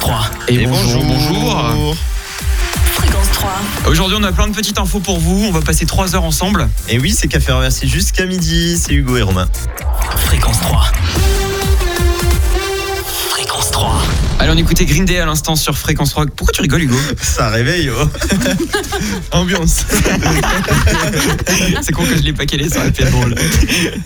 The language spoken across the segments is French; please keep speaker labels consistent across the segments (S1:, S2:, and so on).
S1: 3.
S2: Et, bonjour. bonjour.
S3: Fréquence 3.
S2: Aujourd'hui, on a plein de petites infos pour vous. On va passer 3 heures ensemble.
S1: Et oui, c'est Café Reversé jusqu'à midi. C'est Hugo et Romain.
S3: Fréquence 3. Fréquence 3.
S2: Allez, on écoutait Green Day à l'instant sur Fréquence 3. Pourquoi tu rigoles, Hugo
S1: Ça réveille, oh. Ambiance.
S2: C'est con que je l'ai pas calé, ça aurait pu être drôle.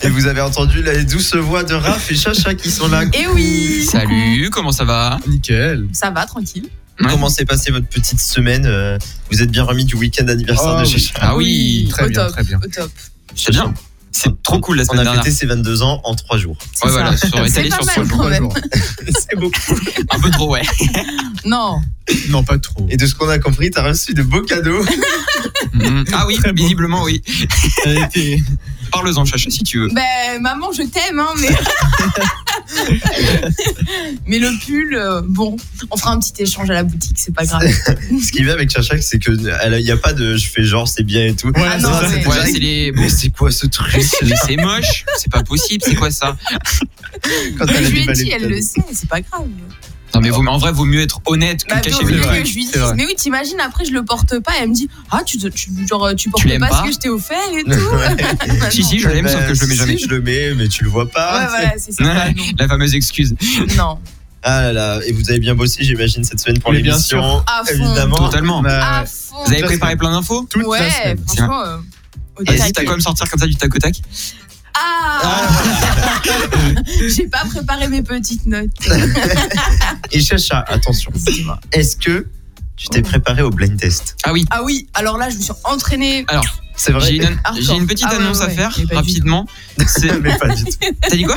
S1: Et vous avez entendu la douce voix de Raph et Chacha qui sont là.
S4: Et Eh oui
S2: Salut, comment ça va
S1: Nickel.
S4: Ça va, tranquille.
S2: Ouais.
S1: Comment s'est passée votre petite semaine euh, Vous êtes bien remis du week-end anniversaire
S2: Oh
S1: de
S2: oui.
S1: Chacha
S2: Ah oui.
S1: Très
S4: au
S1: bien,
S4: top,
S1: très bien.
S4: Au top.
S2: C'est bien. C'est trop cool la
S1: On
S2: semaine
S1: a
S2: dernière.
S1: fêté ses 22 ans en 3 jours.
S4: C'est
S2: Ouais,
S4: ça.
S2: voilà, sur,
S4: C'est
S2: étalé
S4: pas
S2: sur
S4: mal,
S2: trois jours.
S4: quand même.
S1: C'est beaucoup.
S2: Un peu trop, ouais.
S4: Non,
S5: Non, pas trop.
S1: Et de ce qu'on a compris, t'as reçu de beaux cadeaux.
S2: Mhm. Ah oui,
S5: Très bon.
S2: visiblement, oui. Parle-en, Chacha, si tu veux.
S4: ben maman, je t'aime, hein, mais. mais le pull, euh, bon, on fera un petit échange à la boutique, c'est pas grave.
S1: Ce qui va avec Chacha, c'est que il n'y a pas de je fais genre c'est bien et tout.
S4: Ah non,
S1: ça,
S4: mais-
S1: c'était
S2: Ouais,
S1: direct.
S2: c'est les. bon,
S1: Mais c'est quoi ce truc
S2: Mais c'est moche, c'est pas possible, c'est quoi ça
S1: Quand
S4: Mais
S1: elle a
S4: je lui ai
S1: déballé
S4: dit,
S1: le
S4: elle
S1: cadeau.
S4: le sait, c'est pas grave.
S2: Non, mais vaut- en vrai, vaut mieux être honnête que
S4: Ma
S2: cacher
S4: bio,
S2: vos
S4: oui,
S2: trucs.
S4: Bah, que je lui dise,
S2: C'est vrai.
S4: mais oui, t'imagines, après je le porte pas, elle me dit, ah, tu, te- tu, genre, tu portes
S2: l'aimes
S4: pas,
S2: pas
S4: ce que je t'ai offert et tout. Bah
S2: Si,
S4: non.
S2: si, je l'aime, sauf que je le mets
S1: Eh ben, Bah, Si,
S2: jamais.
S1: Je le mets, mais tu le vois
S4: Ah, Ouais,
S1: pas.
S4: voilà, c'est ça.
S2: Ouais, La fameuse excuse.
S4: Non,
S1: Ah là là, et vous avez bien bossé, j'imagine, cette semaine pour
S5: Mais bien
S1: l'émission.
S4: à fond.
S1: Évidemment.
S2: Totalement.
S4: À
S5: Bah,
S4: fond.
S2: Vous avez préparé plein d'infos
S5: toute la
S4: Ouais,
S5: semaine.
S4: franchement. euh, au
S2: Vas-y,
S4: taquet.
S2: t'as quand même sortir comme ça du tac au tac.
S4: Ah J'ai pas préparé mes petites notes.
S1: Et Chacha, attention. Est-ce que tu t'es préparé au blind test
S2: Ah oui,
S4: Ah oui, alors là, je me suis entraînée.
S2: Ah.
S1: C'est vrai
S2: j'ai une, an-
S4: Hardcore.
S2: j'ai une petite
S4: Ah ouais,
S2: annonce à
S4: ouais,
S2: faire
S4: j'ai pas vu.
S2: rapidement. C'est-
S1: mais pas du tout.
S2: T'as dit quoi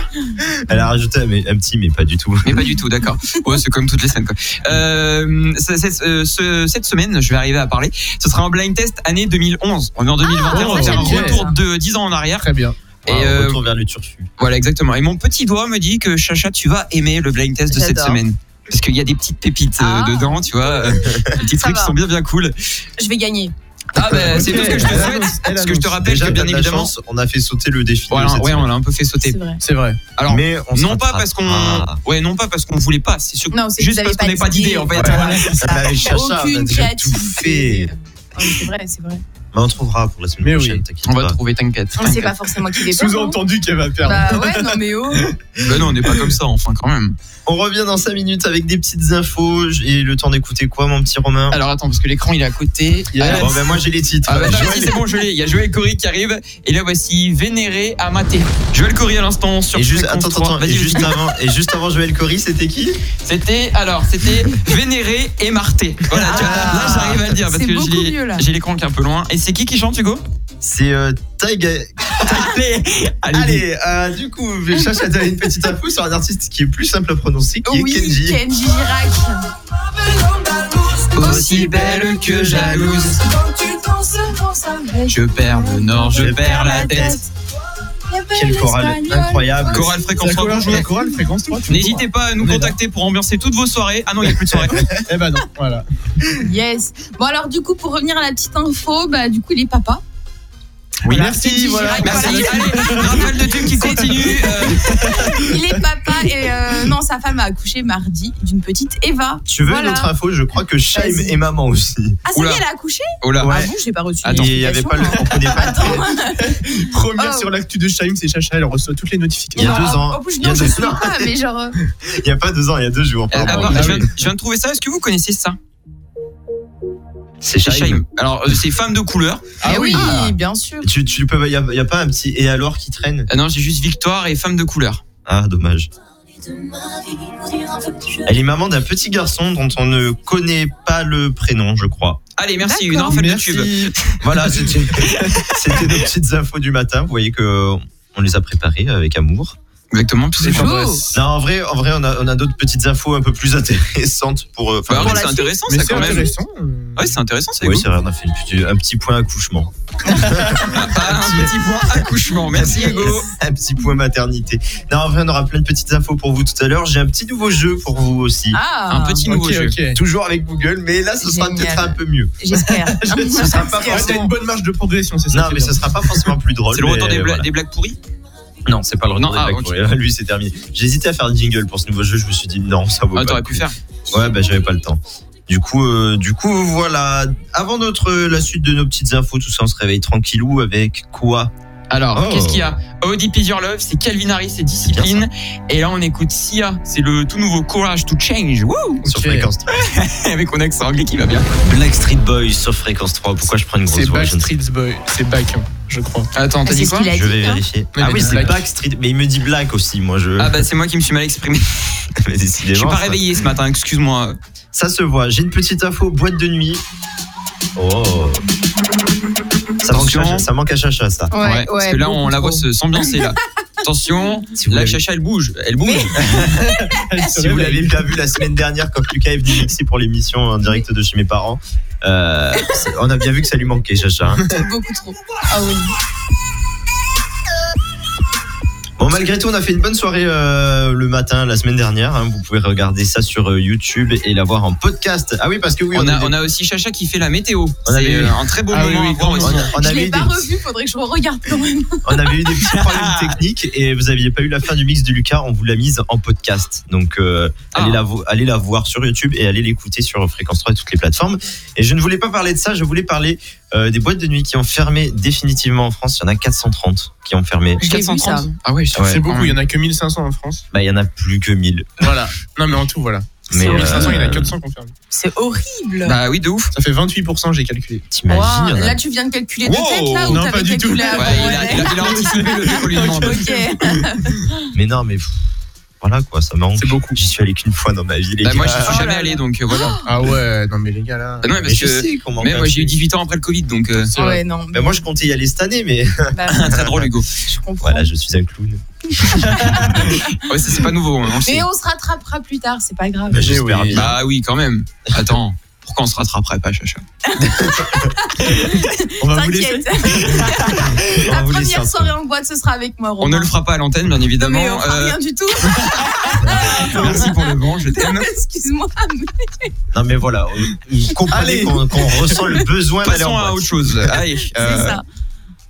S1: Elle a rajouté un, mais- un petit, mais pas du tout.
S2: Mais pas du tout, d'accord. Ouais, c'est comme toutes les semaines. Quoi. Euh, ça- c'est- euh, ce- cette semaine, je vais arriver à parler. Ce sera un blind test année 2011. On est en 2021,
S4: Ah,
S2: on va
S5: ça,
S2: faire un
S5: j'aime bien,
S2: retour
S4: ça.
S2: de 10 ans en arrière.
S5: Très bien.
S2: Et
S1: Ah,
S2: euh,
S1: Retour vers le turfu.
S2: voilà, exactement. Et mon petit doigt me dit que Chacha, tu vas aimer le blind test de cette
S4: J'adore.
S2: semaine. Parce qu'il y a des petites pépites euh,
S4: Ah.
S2: dedans, tu vois. euh, des petits
S4: Ça
S2: trucs qui
S4: va.
S2: sont bien, bien cool.
S4: Je vais gagner.
S2: Ah, bah, c'est
S5: Ok,
S2: tout ce que je te
S5: elle
S2: souhaite.
S5: annonce, elle
S2: Parce que je
S5: annonce.
S2: te rappelle
S1: Déjà,
S2: que, bien
S1: t'as de la
S2: évidemment.
S1: chance, on a fait sauter le défi. de
S2: Voilà,
S1: cette
S2: ouais,
S1: semaine.
S2: on l'a un peu fait sauter.
S4: C'est vrai.
S5: C'est vrai.
S2: Alors,
S1: mais on se
S2: non pas
S1: rattrape.
S2: parce qu'on
S1: Ah.
S2: ouais non pas parce qu'on voulait pas c'est sûr
S4: Non, c'est que
S2: juste
S4: vous
S2: parce
S4: avez
S2: qu'on
S4: pas
S2: n'avait pas d'idée en fait
S4: d'idée.
S2: Voilà.
S1: Ah, mais Chacha, on a
S4: Aucune
S1: déjà tout fait.
S4: créativité. Ah, mais C'est vrai, c'est vrai.
S1: Mais on trouvera pour la semaine
S5: Mais oui.
S1: prochaine, t'inquiète
S2: on va
S1: pas.
S2: trouver t'inquiète
S4: On sait pas forcément qui les
S5: Sous-entendu qu'elle va perdre.
S4: Bah ouais, non mais oh.
S2: Bah non on n'est pas comme ça enfin quand même
S1: On revient dans 5 minutes avec des petites infos et le temps d'écouter quoi, mon petit Romain
S2: alors attends parce que l'écran il est à côté Il y a-
S1: Bon, ben moi j'ai les titres.
S2: Ah bah
S1: Je-
S2: attends, vas-y, c'est bon, je l'ai. Il y a Joël Corry qui arrive. Et là, voici Vénéré à mater. Joël Corry à l'instant sur
S1: et juste,
S2: Fréquence
S1: attends,
S2: 3.
S1: attends,
S2: Vas-y,
S1: et juste avant, et juste avant Joël Cory, c'était qui
S2: C'était, alors, c'était Vénéré et Marté. Voilà, tu vois,
S1: Ah.
S2: là, j'arrive à le dire parce
S4: C'est
S2: que
S4: beaucoup
S2: je l'ai-
S4: mieux, là.
S2: j'ai l'écran qui est un peu loin. Et c'est qui qui chante, Hugo
S1: C'est euh, Taiga.
S2: Allez, allez.
S1: Allez, euh, du coup, je cherche à donner une petite info sur un artiste qui est plus simple à prononcer, qui
S4: Oh oui,
S1: est Kenji.
S4: Kenji Girac.
S2: Aussi belle que jalouse,
S3: Quand tu danses dans sa
S2: je perds le nord, je perds la tête.
S1: Quel choral incroyable.
S2: Chorale fréquence
S5: La
S2: 3,
S5: chorale,
S2: bonjour.
S5: la chorale, fréquence 3.
S2: N'hésitez pas à nous
S5: On est là.
S2: contacter pour ambiancer toutes vos soirées. Ah non, il n'y a plus de soirée.
S5: Eh ben non, voilà.
S4: Yes. Bon alors du coup pour revenir à la petite info, bah du coup il est papa.
S1: Oui,
S5: Voilà.
S1: merci. Voilà.
S5: Girac,
S2: Merci.
S5: voilà.
S2: Allez, rappel de tube qui continue. euh,
S4: Il est papa et euh, non sa femme a accouché mardi d'une petite Eva.
S1: Tu veux
S4: Voilà.
S1: une autre info Je crois que Shaim
S4: Vas-y.
S1: est maman aussi.
S4: Ah, ça y
S2: Oula.
S4: est, elle a accouché
S2: Oh là.
S1: Ouais.
S4: Ah bon, j'ai pas reçu. hein.
S2: Attends,
S1: Et il y avait pas le, on comprenait pas.
S5: Première
S4: Oh.
S5: sur l'actu de Chaim, c'est Chacha, elle reçoit toutes les
S1: Il y
S5: notifications.
S1: a deux ans.
S4: En
S1: Il
S4: plus,
S1: y a
S4: non, je
S1: deux
S4: sais
S1: ans.
S4: pas, mais genre. euh,
S1: Il y a pas deux ans, il y a deux jours.
S2: Euh,
S1: Pardon.
S2: à part-
S5: Ah
S2: je, viens,
S5: oui.
S2: je viens de trouver ça. Est-ce que vous connaissez ça
S1: C'est
S2: C'est
S1: Shaim.
S2: Shaim. Alors, euh, c'est femme de couleur.
S4: eh oui,
S1: Ah.
S4: bien sûr.
S1: Tu, tu peux, il y, a- y a pas un petit et alors qui traîne
S2: Ah non, j'ai juste victoire et femme de couleur.
S1: Ah, dommage. Elle est maman d'un petit garçon dont on ne connaît pas le prénom, je crois.
S2: Allez, merci. Une
S4: D'accord.
S2: rafale de tube.
S5: Merci.
S1: Voilà, c'était c'était nos petites infos du matin. Vous voyez que euh, on les a préparées avec amour.
S2: Exactement. Tout
S5: C'est
S2: c'est
S5: pas vrai.
S4: Chaud.
S1: Non, en vrai, en vrai, on a, on a d'autres petites infos un peu plus intéressantes pour. euh, enfin,
S2: Bah,
S4: Pour
S2: ouais,
S4: la
S2: c'est
S4: suite.
S2: intéressant,
S5: Mais
S2: ça
S5: c'est
S2: quand même.
S5: intéressant. euh,
S2: Ouais, c'est intéressant, c'est
S1: oui,
S2: cool.
S1: c'est vrai, on a fait une petite- un petit point accouchement,
S2: Ah, ah, un petit point accouchement. Merci, Hugo.
S1: un petit point maternité. Non, en vrai, on aura plein de petites infos pour vous tout à l'heure. J'ai un petit nouveau jeu pour vous aussi.
S4: Ah,
S2: Un petit
S5: Ok,
S2: nouveau jeu.
S5: ok.
S1: Toujours avec Google, mais là, ce sera
S4: Génial.
S1: peut-être un peu mieux.
S4: j'espère.
S1: Ce sera pas
S5: Ouais, t'as
S4: Ah,
S1: forcément.
S5: une bonne marge de progression, c'est ça
S1: Non,
S5: qui est
S1: mais
S5: bien.
S1: ce sera pas forcément plus drôle.
S2: C'est le
S1: Oh, mais
S2: retour des, bla-
S1: voilà.
S2: des blagues pourries
S1: Non, c'est pas le
S2: Non,
S1: retour des
S2: ah,
S1: blagues
S2: ok.
S1: pour rien. Lui, c'est terminé. J'hésitais à faire le jingle pour ce nouveau jeu. Je me suis dit non, ça vaut
S2: Ah,
S1: pas.
S2: t'aurais
S1: le
S2: pu
S1: coup.
S2: faire.
S1: Ouais, bah j'avais pas le temps. Du coup, euh, du coup, voilà. Avant notre euh, la suite de nos petites infos, tout ça, on se réveille tranquillou avec quoi
S2: Alors,
S1: Oh.
S2: qu'est-ce qu'il y a ODP Your Love, c'est Calvin Harris et Discipline. Et là, on écoute Sia, c'est le tout nouveau Courage to Change. Wouh
S1: sur
S5: Ok.
S1: fréquence 3
S2: Avec mon accent anglais qui va bien.
S1: Black Street Boys sur fréquence 3. Pourquoi je prends une grosse
S5: C'est
S1: voix je ne sais
S5: Backstreet Boy. C'est Back, hein, je crois.
S2: Attends, t'as
S4: Ah,
S2: dit
S4: c'est ce
S2: quoi
S4: qu'il a
S1: pas. Je vais
S4: dit, hein.
S1: vérifier.
S5: Mais
S1: Ah
S5: il
S1: oui,
S5: dit
S1: c'est
S5: Black.
S1: Backstreet. Mais il me dit Black aussi, moi je.
S2: Ah bah c'est moi qui me suis mal exprimé.
S1: Mais
S2: Je suis
S1: décidément.
S2: pas
S1: ça-
S2: réveillé ce matin, excuse-moi.
S1: Ça se voit. J'ai une petite info boîte de nuit. Oh. Ça manque,
S2: Attention.
S1: Chacha, ça manque à Chacha, ça.
S4: Ouais, ouais,
S2: parce que là, on
S4: beaucoup
S2: la voit
S4: trop.
S2: se- s'ambiancer là. Attention,
S1: Si vous
S2: la
S1: l'avez-
S2: chacha elle bouge, elle bouge.
S1: Si vous l'avez pas vu la semaine dernière quand Lucas est venu mixer pour l'émission en direct de chez mes parents, euh, c'est- on a bien vu que ça lui manquait, Chacha. hein.
S4: Beaucoup trop. Ah oui.
S1: Bon, malgré tout, on a fait une bonne soirée euh, le matin la semaine dernière. hein. Vous pouvez regarder ça sur euh, YouTube et la voir en podcast. Ah oui, parce que oui,
S2: on, a,
S1: eu
S2: on
S1: des-
S2: a aussi Chacha qui fait la météo.
S1: On avait
S2: C'est
S1: eu-
S2: euh, un très beau
S5: Ah oui,
S2: moment
S5: oui,
S2: à voir
S5: quand
S2: aussi.
S1: on a- on
S4: Je
S1: avait eu
S4: l'ai
S1: des-
S4: pas revu, faudrait que je regarde quand même.
S1: on avait eu des petits problèmes techniques et vous aviez pas eu la fin du mix de Lucas. On vous l'a mise en podcast. Donc, euh, allez,
S2: Ah.
S1: la vo- allez la voir sur YouTube et allez l'écouter sur Fréquence 3 et toutes les plateformes. Et je ne voulais pas parler de ça. Je voulais parler euh, des boîtes de nuit qui ont fermé définitivement en France. Il y en a 430 qui ont fermé.
S4: Je l'ai vu,
S2: 430.
S4: ça.
S2: Ah ouais, je-
S1: Ouais. hein.
S5: C'est beaucoup,
S2: Ouais.
S5: il y en a que 1500 en France.
S1: Bah, il y en a plus que 1000.
S5: Voilà. Non, mais en tout, voilà.
S1: Mais,
S5: Sur 1500, il y en a
S1: euh,
S5: que 200 confirmés.
S4: C'est horrible.
S2: Bah oui, de ouf.
S5: Ça fait 28%, j'ai calculé.
S1: T'imagines
S4: Wow,
S1: il y en a-
S4: là, tu viens de calculer de
S5: Wow.
S4: tête, là, ou
S5: Non,
S4: t'avais
S5: pas du tout.
S4: calculé
S5: Ah
S2: Ouais,
S4: avant
S2: il, a, il, a, il a anticipé le euh, fait qu'on lui demande.
S4: ouais. Ok.
S1: Mais non, mais pff, voilà quoi, ça manque.
S5: C'est beaucoup.
S1: J'y suis allé qu'une fois dans ma vie, les
S2: Bah,
S1: gars.
S2: moi, je suis
S4: Oh
S2: jamais
S4: là
S2: allé, donc euh, voilà.
S5: Ah ouais, non, mais les gars là.
S4: Ah
S2: Bah, non, mais
S1: Mais
S2: parce
S1: je
S2: que
S1: sais qu'on manque
S2: même
S1: un
S2: moi, j'ai eu
S1: truc.
S2: 18 ans après le Covid, donc euh,
S5: C'est vrai.
S4: Ouais, non.
S1: Bah, moi, je comptais y aller cette année, mais
S4: bah,
S2: très drôle, Hugo.
S4: je comprends.
S1: voilà, je suis un clown.
S2: Ouais, ça, c'est pas nouveau. hein, on sait.
S4: Mais on se rattrapera plus tard, c'est pas grave.
S1: Bah, J'espère
S5: oui.
S1: bien.
S2: Bah oui, quand même. Attends, pourquoi on se rattraperait pas, Chacha
S5: On va vous laisser.
S4: T'inquiète. Ta
S1: On vous laisse un
S4: première
S1: peu.
S4: soirée en boîte, ce sera avec moi,
S2: On
S4: Romain.
S2: ne le fera pas à l'antenne, bien
S4: Mais on
S2: évidemment.
S4: fera
S2: Euh,
S4: rien du tout.
S2: merci pour le vent, je t'aime.
S4: Excuse-moi.
S1: Non mais voilà, on- comprenez
S5: Allez.
S1: qu'on qu'on ressent le besoin d'aller en
S2: Passons à
S1: boîte.
S2: autre chose. Allez, euh,
S4: C'est ça.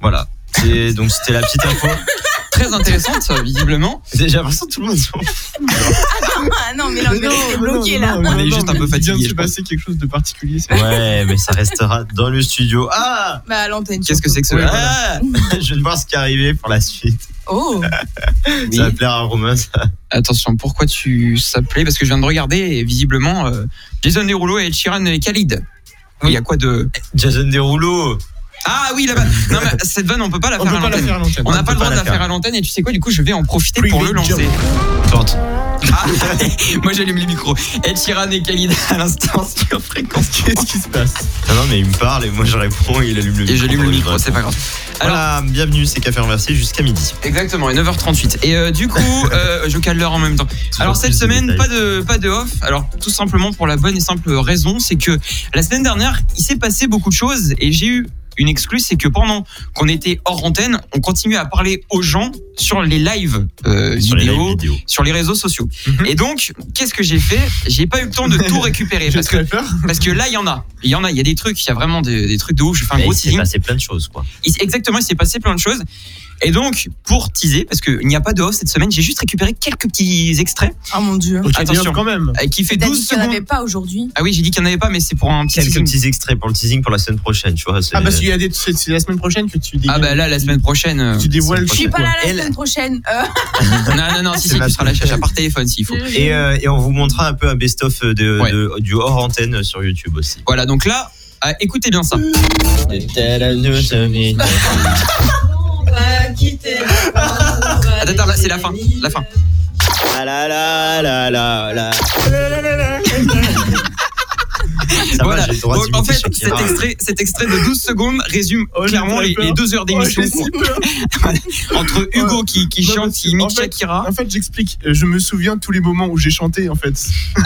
S1: Voilà. C'est- Donc c'était la petite info.
S2: très intéressante, ça, visiblement.
S1: J'ai l'impression que tout le monde s'en fout.
S4: Ah non, mais là, on est bloqué, là.
S2: On est juste un peu fatigué,
S5: Il vient de
S2: je
S5: se
S2: pense.
S5: passer quelque chose de particulier. c'est-
S1: Ouais, mais ça restera dans le studio. Ah
S4: Bah, à l'antenne.
S2: Qu'est-ce que c'est que
S1: Ah
S2: cela
S1: Je viens de voir ce qui est arrivé pour la suite.
S4: Oh,
S2: Oui.
S1: Ça va plaire à Romain. ça.
S2: Attention, pourquoi tu s'appelais Parce que je viens de regarder et visiblement euh, Jason Derulo et Ed Sheeran et Khalid. Il y a quoi de
S1: Jason Derulo.
S2: Ah oui, la vanne. Non, mais cette vanne, on peut pas la
S5: On
S2: faire
S5: peut
S2: à
S5: pas la
S2: l'antenne.
S5: faire à l'antenne.
S2: On n'a
S1: peut
S2: pas le droit de
S1: pas
S2: la
S1: la
S2: faire
S1: faire.
S2: à l'antenne et tu sais quoi, du coup, je vais en profiter
S5: Private
S2: pour le lancer.
S5: joke.
S1: Plante.
S2: Ah, moi, j'allume le micro. Ed Sheeran et Khalid à l'instant sur fréquence.
S5: Qu'est-ce qui se passe
S1: Non, non, mais il me parle et moi je réponds et il allume le micro.
S2: Et j'allume le micro, c'est pas grave.
S1: Voilà, bienvenue, c'est Café Renversé jusqu'à midi.
S2: Exactement, et 9h38. Et euh, du coup, euh, je cale l'heure en même temps. Alors cette semaine, pas de, pas de off. Alors tout simplement pour la bonne et simple raison, c'est que la semaine dernière, il s'est passé beaucoup de choses et j'ai eu une excuse, c'est que pendant qu'on était hors antenne, on continuait à parler aux gens sur les lives euh,
S1: Sur les
S2: vidéo,
S1: lives vidéo.
S2: sur les réseaux sociaux.
S5: Mhm.
S2: Et donc, qu'est-ce que j'ai fait J'ai pas eu le temps de tout récupérer
S5: J'ai
S2: parce que
S5: très peur.
S2: parce que là, il y en a, il y en a, il y a des trucs, il y a vraiment des, des trucs de ouf. Je fais un
S1: Mais
S2: gros
S1: Bah, il s'est
S2: teasing.
S1: passé plein de choses, quoi.
S2: Il- Exactement, il s'est passé plein de choses. Et donc, pour teaser, parce qu'il n'y a pas de off cette semaine, j'ai juste récupéré quelques petits extraits
S4: ah mon dieu.
S5: Ok,
S2: Attention.
S5: bien, quand même.
S2: euh, qui fait
S4: T'as
S2: 12
S4: dit qu'il n'y en
S2: secondes.
S4: avait pas aujourd'hui.
S2: Ah oui, j'ai dit qu'il n'y en avait pas, mais c'est pour un petit
S1: Quelques
S2: teasing.
S1: petits extraits pour le teasing pour la semaine prochaine, tu vois. c'est-
S5: Ah, parce qu'il y a des. C'est c'est la semaine prochaine que tu dis.
S2: Euh, Ah bah là, la semaine prochaine. euh,
S5: Tu dévoiles.
S4: Je suis pas
S1: Ouais.
S4: là la
S1: Elle-
S4: semaine prochaine. Euh,
S2: Non, non, non, si,
S1: C'est
S2: si,
S1: ma
S2: tu seras la
S1: semaine
S2: chacha par téléphone s'il faut.
S1: Et, euh, et on vous montrera un peu un best-of de,
S2: Ouais.
S1: de- du hors antenne sur YouTube aussi.
S2: Voilà, donc là, ah, écoutez bien ça. Attends, attends, là, c'est la fin. La fin.
S1: Ça
S2: voilà.
S1: va, j'ai le droit
S2: donc,
S1: d'imiter
S2: en fait,
S1: Shakira. Ah.
S2: cet extrait, cet extrait de 12 secondes résume
S5: Oh, j'ai
S2: clairement
S5: très
S2: les,
S5: peur.
S2: les deux heures d'émission
S5: Oh, j'ai si
S2: entre Hugo qui, qui
S5: Non,
S2: chante,
S5: parce que,
S2: qui imite
S5: en fait-
S2: Shakira.
S5: En fait, j'explique. Euh, Je me souviens de tous les moments où j'ai chanté, en fait.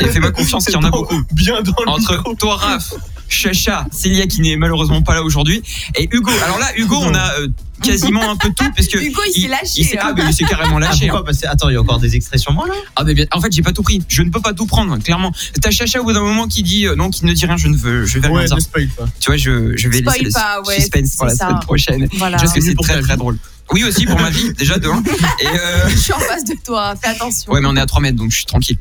S2: Et fais-moi confiance, il y en a
S5: Dans-
S2: beaucoup.
S5: Bien dans le micro.
S2: entre toi, Raph, Chacha, Célia qui n'est malheureusement pas là aujourd'hui, et Hugo. Alors là, Hugo, on a euh, quasiment un peu tout parce que
S4: Hugo, il s'est lâché,
S2: il s'est-
S4: hein.
S2: ah, mais il s'est carrément
S1: Ah,
S2: lâché. hein.
S1: pourquoi Parce que- Attends, il y a encore des extraits sur moi là
S2: Ah, mais bien- en fait, j'ai pas tout pris. Je ne peux pas tout prendre, clairement. T'as Chacha au bout d'un moment qui dit euh, non, qui ne dit rien. Je ne veux, je vais rien
S5: Ouais,
S2: dire.
S5: ne spoil pas.
S2: Tu vois, je, je vais
S4: Spoil
S2: laisser
S4: pas,
S2: le
S4: ouais,
S2: suspense pour la
S4: c'est ça.
S2: semaine prochaine.
S4: Voilà.
S2: Juste que
S5: mieux
S2: c'est
S5: pour
S2: très
S5: ta
S2: très
S5: vie.
S2: drôle. Oui aussi pour ma vie déjà de un. Et euh,
S4: Je suis en face de toi, fais attention.
S2: ouais mais on est à 3 mètres donc je suis tranquille.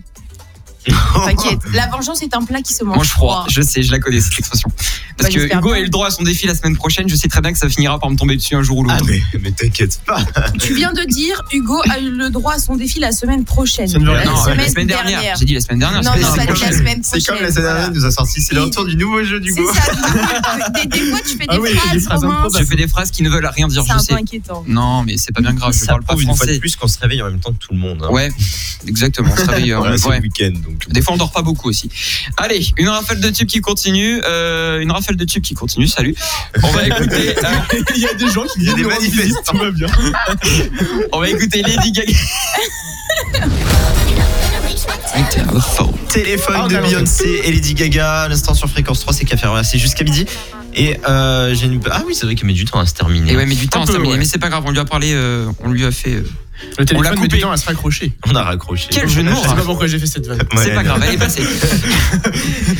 S4: T'inquiète. La vengeance est un plat qui se mange,
S2: Mange froid, je sais, je la connais cette expression. Parce
S4: Bah,
S2: que
S4: j'espère
S2: Hugo
S4: bien.
S2: a eu le droit à son défi la semaine prochaine, je sais très bien que ça finira par me tomber dessus un jour ou l'autre.
S1: Ah, mais, mais t'inquiète pas.
S4: Tu viens de dire, Hugo a eu le droit à son défi la semaine prochaine.
S5: Ça ne veut
S2: Ah
S5: rien
S4: la
S2: non,
S4: semaine
S2: la semaine dernière.
S4: dernière.
S2: J'ai dit la semaine dernière.
S4: Non,
S2: c'est la
S4: non, ça
S2: semaine
S4: dit la
S2: prochaine.
S4: semaine prochaine.
S1: C'est comme la scène dernière,
S4: voilà.
S1: il nous a sorti, c'est le retour du nouveau jeu du go.
S4: C'est ça. Des, des fois, tu fais des
S5: Ah oui, il y a
S4: phrases,
S5: des phrases
S4: Romain.
S5: improbables.
S2: Je fais des phrases qui ne veulent rien dire,
S4: C'est
S2: je
S4: un
S2: sais.
S4: peu inquiétant.
S2: Non, mais c'est pas bien grave, Oh, je
S1: Ça
S2: parle pas
S1: prouve une fois de
S2: français.
S1: plus qu'on se réveille en même temps que tout le monde. hein.
S2: Ouais, exactement. on se réveille, euh,
S1: Voilà, c'est
S2: ouais.
S1: le week-end donc.
S2: Des fois, on dort pas beaucoup aussi. Allez, une rafale de tube qui continue. euh, une rafale de tube qui continue. Salut. On va écouter, euh,
S5: Il y a des gens qui
S1: Il y a
S5: viennent
S1: des
S5: nous rendre
S1: manifestants.
S5: visite, tout va bien.
S2: on va écouter Lady Gaga. Right there, the phone.
S1: Téléphone
S5: Ah, on
S1: de
S5: a lancé.
S1: Beyoncé et Lady Gaga, à l'instant sur fréquence 3, c'est Café Royal, c'est jusqu'à midi. Et euh, j'ai une. Ah oui, c'est vrai qu'il met du temps à se terminer.
S2: Et ouais, mais du temps,
S5: Un
S2: c'est
S5: peu,
S2: terminé.
S5: ouais.
S2: Mais c'est pas grave, on lui a parlé, euh, on lui a fait. euh,
S5: Le
S2: téléphone met
S5: téléphone met
S2: du
S5: du temps à se raccrocher.
S1: On a raccroché.
S2: Quel jeu de mots,
S5: Je sais pas pourquoi j'ai fait cette vanne.
S1: Ouais,
S2: c'est pas
S1: non.
S2: grave, elle est passée.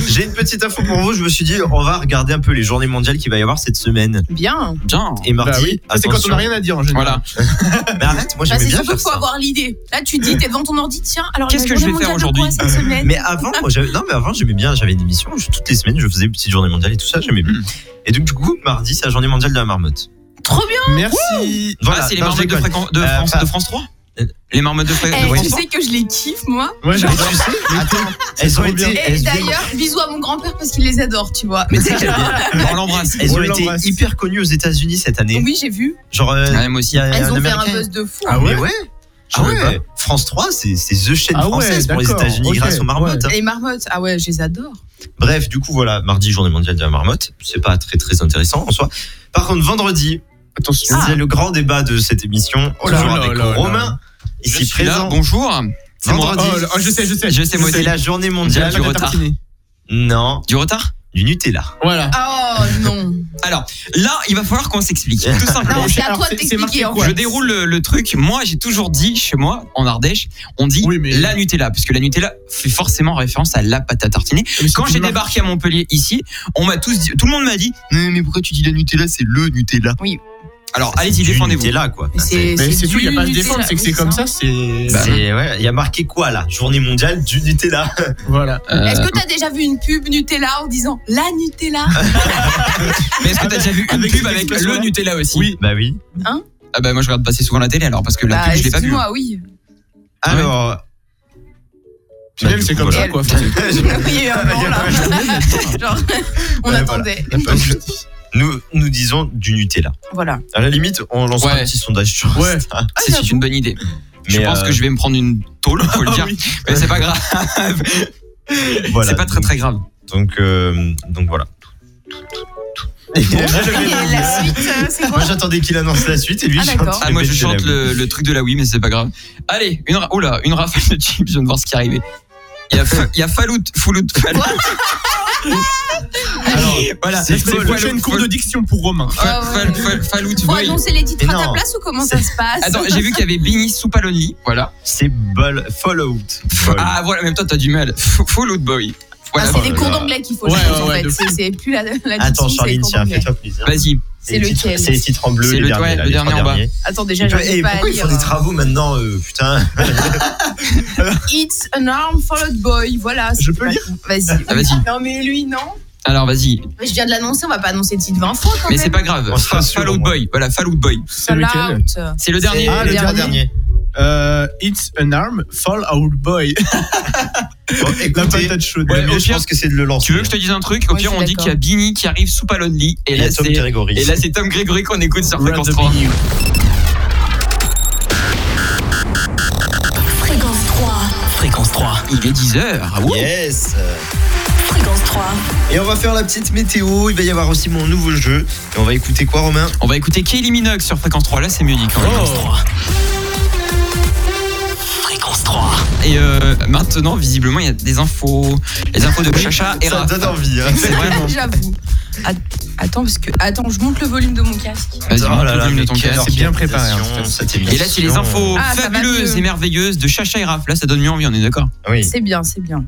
S1: J'ai une petite info pour vous. Je me suis dit, on va regarder un peu les journées mondiales qu'il va y avoir cette semaine.
S4: Bien.
S2: Bien.
S1: Et mardi,
S5: Bah oui, Ça, c'est quand on
S1: attention.
S5: n'a rien à dire en général.
S2: Ah, Voilà.
S1: Mais arrête, moi
S4: Bah,
S1: j'aimais
S4: c'est
S1: bien
S4: surtout
S1: faire
S4: faut
S1: ça.
S4: avoir l'idée. Là, tu dis, t'es devant ton ordi, tiens, alors
S2: Qu'est-ce
S4: la
S2: que je vais
S4: journée
S2: faire
S4: mondiale de quoi
S2: aujourd'hui
S4: cette semaine
S1: Mais avant, moi, j'avais- non, mais avant, j'aimais bien. J'avais une émission où je- toutes les semaines, je faisais une petite journée mondiale et tout ça. J'aimais
S2: Hmm.
S1: bien. Et donc, du coup, mardi, c'est la journée mondiale de la marmotte.
S4: Trop bien
S5: Merci.
S1: Voilà,
S2: ah, c'est les
S1: non, je
S2: marmottes de,
S1: déconne.
S2: fréquence- de
S1: Euh,
S2: France,
S1: pas-
S2: de France 3
S1: Euh,
S2: Les marmottes de, Fra- de
S4: Eh,
S2: France
S4: Tu
S2: 3
S4: sais que je les kiffe, moi.
S5: Moi, j'avais
S1: Tu sais, attends, elles ont
S5: trop bien.
S1: été.
S4: Et
S1: elles-
S4: d'ailleurs, bisous à mon grand-père parce qu'il les adore, tu vois.
S1: Mais tu sais qu'elles-
S2: On l'embrasse.
S1: elles
S5: On
S1: ont été
S5: l'embrasse.
S1: hyper connues aux États-Unis cette année.
S4: Oui, j'ai vu.
S1: Genre, euh,
S2: Ah, moi
S1: il
S2: aussi.
S1: y a
S4: Elles
S1: un
S4: ont fait un
S1: Américain.
S4: buzz de fou.
S5: Ah ouais
S1: Mais ouais.
S5: Ah
S1: Je savais
S5: ouais.
S1: pas. France 3, c'est c'est the chaîne
S5: Ah ouais,
S1: française pour les
S5: d'accord,
S1: États-Unis
S5: ok,
S1: grâce aux marmottes. hein.
S4: Et marmotte, ah ouais, je les adore.
S1: Bref, du coup, voilà, mardi, journée mondiale de la marmotte. C'est pas très, très intéressant en soi. Par contre, vendredi,
S5: Attention.
S4: Ah.
S2: Ah.
S1: c'est le grand débat de cette émission.
S5: Oh là
S1: toujours
S5: là
S1: avec
S5: là là.
S1: Romain,
S2: Je
S1: ici
S2: suis là,
S1: présent.
S2: bonjour. C'est moi.
S1: Vendredi,
S5: Oh, là- oh, je sais, je sais.
S2: Je sais, moi
S1: c'est
S2: aussi.
S1: la journée
S5: Il y a
S1: mondiale.
S5: pas
S2: du
S5: qu'à
S2: retard.
S5: tartiner.
S1: Non,
S2: Du retard
S1: du Nutella.
S5: Voilà.
S4: Oh non.
S2: Là, il va falloir qu'on s'explique. Tout simplement.
S4: Non, c'est à
S5: alors,
S4: toi de
S5: c'est- c'est marqué
S4: t'expliquer. en
S5: quoi
S4: fait.
S2: Je déroule le, le truc. Moi, j'ai toujours dit chez moi, en Ardèche, on dit
S5: Oui, mais-
S2: la Nutella, parce que la Nutella fait forcément référence à la pâte à tartiner.
S5: Mais c'est
S2: Quand
S5: une
S2: j'ai
S5: marque.
S2: débarqué à Montpellier ici, on m'a tous dit, tout le monde m'a dit, mais mais pourquoi tu dis la Nutella, c'est le Nutella.
S4: Oui.
S2: Alors, allez-y,
S1: Du
S2: défendez-vous.
S1: Nutella, quoi.
S4: Mais
S1: C'est-
S5: Mais c'est
S4: du
S5: tout, il n'y a pas à se
S4: Nutella.
S5: défendre, c'est que
S4: Oui,
S5: c'est
S2: Ah,
S5: comme ça, c'est.
S2: Bah,
S1: c'est- ouais, il y a marqué quoi là Journée mondiale du Nutella.
S5: Voilà.
S2: Euh,
S4: Est-ce que t'as déjà vu une pub Nutella en disant la Nutella
S2: mais est-ce que t'as déjà vu une
S5: Avec
S2: pub
S5: cette
S2: avec le
S5: expression-là
S2: Nutella aussi
S1: Bah oui.
S2: Ah bah moi je regarde passer souvent la télé alors parce que la pub je l'ai pas vue.
S4: moi Bah, oui.
S1: Ah, Alors.
S2: Bah,
S5: Puis même,
S1: du
S5: c'est
S1: coup,
S5: comme
S1: voilà.
S5: ça, quoi.
S4: Oui, euh, bon, là. Genre, on
S1: Ouais,
S4: attendait.
S1: Nous, nous disons du Nutella.
S4: Voilà.
S1: À la limite, on lancera
S2: Ouais.
S1: un petit sondage sur
S5: Ouais.
S1: Insta.
S2: C'est- c'est une bonne idée. je
S1: Mais,
S2: pense
S1: euh,
S2: que je vais me prendre une tôle, faut le
S5: Ah
S2: dire.
S5: oui.
S2: Mais c'est pas grave.
S1: euh, voilà.
S2: c'est pas très
S1: Donc-
S2: très grave.
S1: Donc, euh, donc voilà.
S4: Et la suite, euh, c'est quoi
S1: Moi j'attendais qu'il annonce la suite et lui
S4: Ah,
S1: il
S4: d'accord.
S1: chante
S2: Ah
S1: les
S2: moi je
S1: bêtes de
S2: chante
S1: la
S2: le, le truc de la Wii mais c'est pas grave. Allez, une ra- oula, une rafale de chips, je viens de voir ce qui est arrivé. Il y a, fa- il y a Falout, Foulout, Falout. Alors, voilà,
S1: c'est
S5: C'est
S1: Paul,
S5: une prochaine cours de diction pour Romain.
S2: Fa-
S4: Ah ouais.
S2: Fal- Fal- Falout,
S4: Faut
S2: Boy.
S4: annoncer les titres
S1: Mais
S4: à ta
S1: non.
S4: place ou comment ça se passe
S2: Attends, j'ai vu qu'il y avait Bini Soupalonly, voilà.
S1: C'est Bol Fallout. Bol.
S2: Ah voilà, même toi t'as du mal. F- Foulout Boy.
S4: Ah,
S2: Voilà.
S4: c'est des
S1: Voilà.
S4: cours d'anglais qu'il faut,
S5: Ouais,
S4: je pense, en
S5: ouais,
S4: fait.
S5: de
S4: C'est- C'est plus la, la diction,
S1: Attends
S4: c'est les
S1: Charline,
S4: cours
S1: tiens,
S4: d'anglais.
S1: fais-toi plaisir.
S2: Vas-y.
S4: c'est
S1: les
S4: lequel
S1: titres- C'est les titres en bleu,
S2: C'est
S1: les
S2: le
S1: derniers,
S2: doigt-
S1: là,
S2: le
S1: les trois
S2: dernier en bas.
S1: derniers.
S4: Attends, déjà,
S1: Et
S4: je
S1: puis, eh,
S4: pas à
S1: pourquoi ils font
S4: lire. hein.
S1: des travaux maintenant euh, Putain.
S4: It's an arm followed boy, voilà.
S5: Je
S4: c'est
S5: peux
S4: pas-
S5: lire
S4: Vas-y.
S2: Ah, vas-y.
S4: Non, mais lui, non.
S2: Alors vas-y.
S4: Mais Je viens de l'annoncer, on va pas annoncer le titre 20 fois quand
S2: Mais
S4: même.
S2: c'est pas grave.
S1: On se
S2: Fa-
S1: rassure, au
S2: Fallout
S1: moins.
S2: Boy. Voilà, Fallout Boy.
S5: C'est lequel
S4: Fall out.
S2: C'est le dernier.
S1: Ah,
S4: le
S1: le dernier.
S4: dernier.
S5: Euh, It's an arm, fall out boy.
S1: Bon,
S5: La
S1: écoutez,
S5: patate chaude.
S1: le
S2: Ouais, au
S1: mieux, je
S2: pire-
S1: pense que c'est de le lancer.
S2: Tu veux que je te dise un truc Au
S4: Ouais,
S2: pire,
S4: je suis
S2: on dit
S4: d'accord.
S2: qu'il y a Bini qui arrive sous Palonly. Et
S1: Il y
S2: là,
S1: a Tom
S2: c'est.
S1: Gregory.
S2: Et là, c'est Tom Gregory qu'on écoute sur
S5: Run
S2: Fréquence
S5: the
S2: 3.
S5: menu.
S3: Fréquence 3.
S2: Fréquence 3. Il est Ah 10h.
S1: Yes.
S3: Fréquence 3.
S1: Et on va faire la petite météo. Il va y avoir aussi mon nouveau jeu. Et on va écouter quoi, Romain
S2: On va écouter Kylie Minogue sur Fréquence 3. Là, c'est mieux dit quand même.
S5: Oh.
S3: Fréquence 3.
S2: Et euh, maintenant, visiblement, il y a des infos. Les infos de Chacha et
S1: Ça
S2: Raph.
S1: donne envie. hein.
S2: C'est vrai
S4: J'avoue. Att- Attends, parce que. Attends, je monte le volume de mon casque.
S2: Vas-y,
S1: Oh
S2: monte
S1: là
S2: le
S1: là,
S2: volume de
S1: mais
S2: ton
S1: quelle
S2: casque.
S5: C'est bien préparé, en
S1: organisation,
S5: fait.
S1: cette
S2: Et là, c'est les
S1: émission.
S2: infos
S4: Ah, ça va
S2: fabuleuses
S4: mieux.
S2: et merveilleuses de Chacha et Raph. Là, ça donne mieux envie, on est d'accord
S1: Ah Oui.
S4: C'est bien, c'est bien.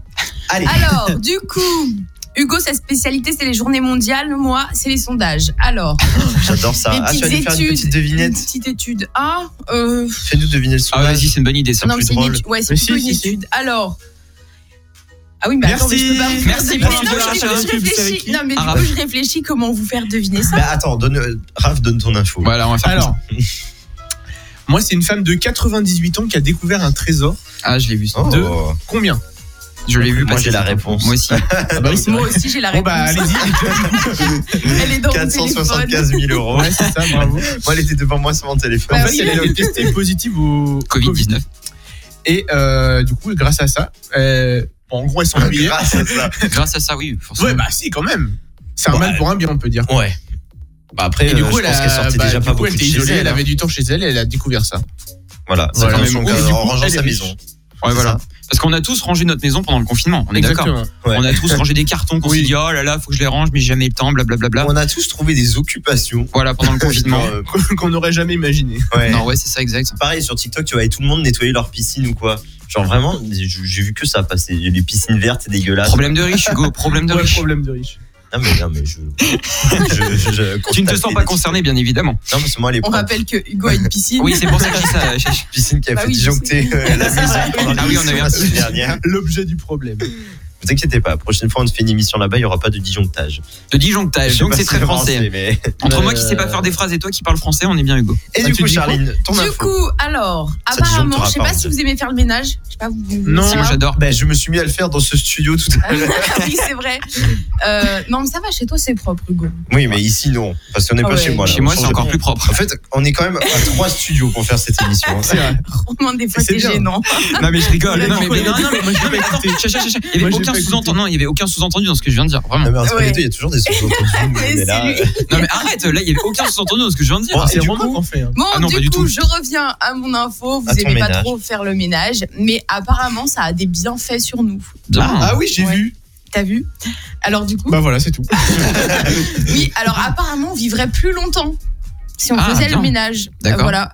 S1: Allez.
S4: Alors, du coup. Hugo, sa spécialité, c'est les journées mondiales. Moi, c'est les sondages. Alors,
S1: J'adore ça.
S4: des
S1: Ah, tu
S4: petites
S1: vas nous
S4: études.
S1: faire une petite
S4: Une
S1: devinette.
S4: petite étude. Ah, euh,
S1: Fais-nous deviner le
S2: Ah,
S1: sondage.
S2: vas-y, c'est une bonne idée, ça.
S4: Non, mais
S1: plus
S4: c'est une
S1: drôle.
S4: étude. Ouais, c'est
S5: Mais
S4: plutôt
S5: si,
S4: une
S5: si, si.
S4: étude. Alors, Ah oui, mais attends, mais
S1: Merci.
S4: je peux pas vous faire
S2: Merci
S4: deviner.
S2: pour
S4: Mais non, mais
S2: l'invitation.
S4: du coup, je
S5: Est-ce que vous savez
S4: réfléchis.
S5: qui
S4: Non, mais du
S2: Ah,
S4: coup, je réfléchis comment vous faire deviner ça.
S1: Bah attends, donne, euh, Raph, donne ton info.
S2: Voilà, on va faire
S5: Alors,
S2: comme
S5: moi, c'est une femme de 98 ans qui a découvert un trésor.
S2: ça. Ah, je l'ai vu. ça.
S1: Oh.
S5: Deux. Combien
S2: Je l'ai vu
S1: Moi,
S2: passer.
S1: j'ai la
S2: ça.
S1: réponse.
S2: Moi aussi.
S5: Ah bah oui, Euh, c'est
S4: Moi
S5: vrai.
S4: aussi, j'ai la
S5: Bon
S4: réponse.
S5: bah allez-y.
S4: Elle est dans mon
S1: 475
S4: téléphone.
S1: 000 euros.
S5: Ouais, c'est ça, bravo.
S1: Moi, elle était devant moi sur mon téléphone.
S5: En
S4: Bah
S5: fait,
S4: oui.
S5: elle a été testée positive au
S2: Covid-19.
S5: Et euh, du coup, grâce à ça, euh, bon, en gros, elles sont habillées.
S1: Grâce à ça.
S2: Grâce à ça, oui, forcément.
S5: Ouais, bah si, quand même. C'est un
S1: Bah,
S5: mal pour un bien, on peut dire.
S1: Ouais. Bah après,
S5: Et du
S1: euh,
S5: coup,
S1: je
S5: elle
S1: pense
S5: a-
S1: qu'elle sortait
S5: bah,
S1: déjà
S5: du
S1: pas
S5: coup,
S1: beaucoup
S5: elle
S1: de
S5: était
S1: chez
S5: isolée,
S1: elle.
S5: elle
S1: hein.
S5: avait du temps chez elle et elle a découvert ça.
S1: Voilà, c'est
S5: Voilà.
S1: quand
S5: Mais
S1: son
S5: bon,
S1: cas,
S5: du coup,
S1: en rangeant
S5: elle est
S1: sa
S5: riche.
S1: maison.
S2: Ouais, voilà. Parce qu'on a tous rangé notre maison pendant le confinement. On est d'accord.
S5: Exactement.
S1: Ouais.
S2: On a tous rangé des cartons qu'on
S5: Oui.
S2: s'est dit, oh là là, faut que je les range, mais j'ai jamais le temps, blablabla.
S1: On a tous trouvé des occupations.
S2: Voilà, pendant le confinement.
S1: Genre, euh,
S5: Qu'on n'aurait jamais imaginé.
S1: ouais.
S2: Non, ouais, c'est ça, exact.
S1: Pareil, sur TikTok, tu voyais tout le monde nettoyer leur piscine ou quoi. Genre vraiment, j'ai j'ai vu que ça passer. Les piscines vertes, Ah, c'est dégueulasse.
S2: Problème de riche, Hugo, problème de
S5: Ouais,
S2: riche.
S5: problème de riche.
S1: Non, mais, non, mais je. je- je- je-
S2: Tu ne te sens pas
S1: des-
S2: concerné, bien évidemment.
S1: Non, parce que moi, les
S4: On rappelle que Hugo a une piscine.
S2: Oui, c'est pour ça que je dis ça. Chachi.
S1: piscines qui a
S4: Bah
S1: fait
S4: oui, je
S1: disjoncter euh, la
S4: C'est
S1: maison
S4: vrai.
S1: pendant
S2: Ah oui, on a eu un
S1: la semaine
S2: souci.
S1: dernière.
S5: L'objet du problème.
S1: Vous inquiétez pas, prochaine fois, on fait une émission là-bas, il n'y aura pas de disjonctage.
S2: De disjonctage,
S1: Je
S2: Eh, donc c'est
S1: sais pas
S2: très
S1: si
S2: français.
S1: mais-
S2: Entre
S5: Euh,
S2: moi qui sais pas faire des phrases et toi qui parle français, on est bien Hugo.
S1: Et
S5: Ah,
S1: du
S5: tu
S1: coup,
S5: dis quoi
S1: Charline, ton
S4: Du
S1: info.
S4: coup, alors,
S1: Ça, disons que
S4: apparemment,
S1: t'auras
S4: je sais
S1: pas
S4: pas
S1: honte.
S4: si vous aimez faire le ménage. Je sais pas, vous.
S5: Non.
S4: si
S2: Moi
S4: vous-
S2: j'adore.
S1: Ben, je me suis mis à le faire dans ce studio tout à l'heure.
S4: oui, c'est vrai. Euh, non, mais ça va, chez toi, c'est propre, Hugo.
S1: Oui, mais ici, non. Parce qu'on n'est
S4: Ah
S1: pas
S4: ouais.
S1: chez moi. là.
S2: Chez
S1: On
S2: moi
S1: change
S2: c'est
S1: de-
S2: encore plus propre.
S1: En fait, on est quand même à trois studios pour faire cette émission. hein.
S5: C'est vrai.
S4: Romain, des fois,
S5: C'est
S4: c'est
S5: bien.
S4: gênant.
S2: Non mais je rigole.
S5: Mais
S2: Non mais
S5: pourquoi
S2: non,
S5: il
S2: non, mais-
S5: Moi, j'ai
S2: non, mais
S5: pas
S2: attends,
S5: écouté.
S2: Chacha, Chacha, il y
S5: Moi,
S2: avait
S5: j'ai
S2: aucun
S5: pas écouté.
S2: sous-entendu. Non, il y avait aucun sous-entendu dans ce que je viens de dire, vraiment.
S1: Non, mais en
S4: Ouais.
S1: il y a toujours des sous-entendus.
S4: Mais
S1: mais
S4: c'est
S1: là,
S4: lui.
S1: euh,
S2: Non mais arrête, là il y avait aucun sous-entendu dans ce que je viens de dire.
S1: Bon,
S5: C'est
S1: et du
S5: Romain
S1: coup-
S5: qu'on fait. hein.
S4: Bon,
S2: Ah non,
S4: du,
S2: pas
S4: coup,
S2: du tout.
S4: je reviens à mon info. Vous
S1: À ton
S4: aimez pas
S1: ménage.
S4: trop faire le ménage, mais apparemment, ça a des bienfaits sur nous.
S2: Bien.
S5: Ah oui, j'ai
S4: Ouais.
S5: vu.
S4: T'as vu Alors, du coup,
S5: Bah voilà, c'est tout.
S4: oui, alors apparemment, on vivrait plus longtemps si on
S2: Ah,
S4: faisait
S2: bien.
S4: le ménage.
S2: D'accord.
S4: voilà.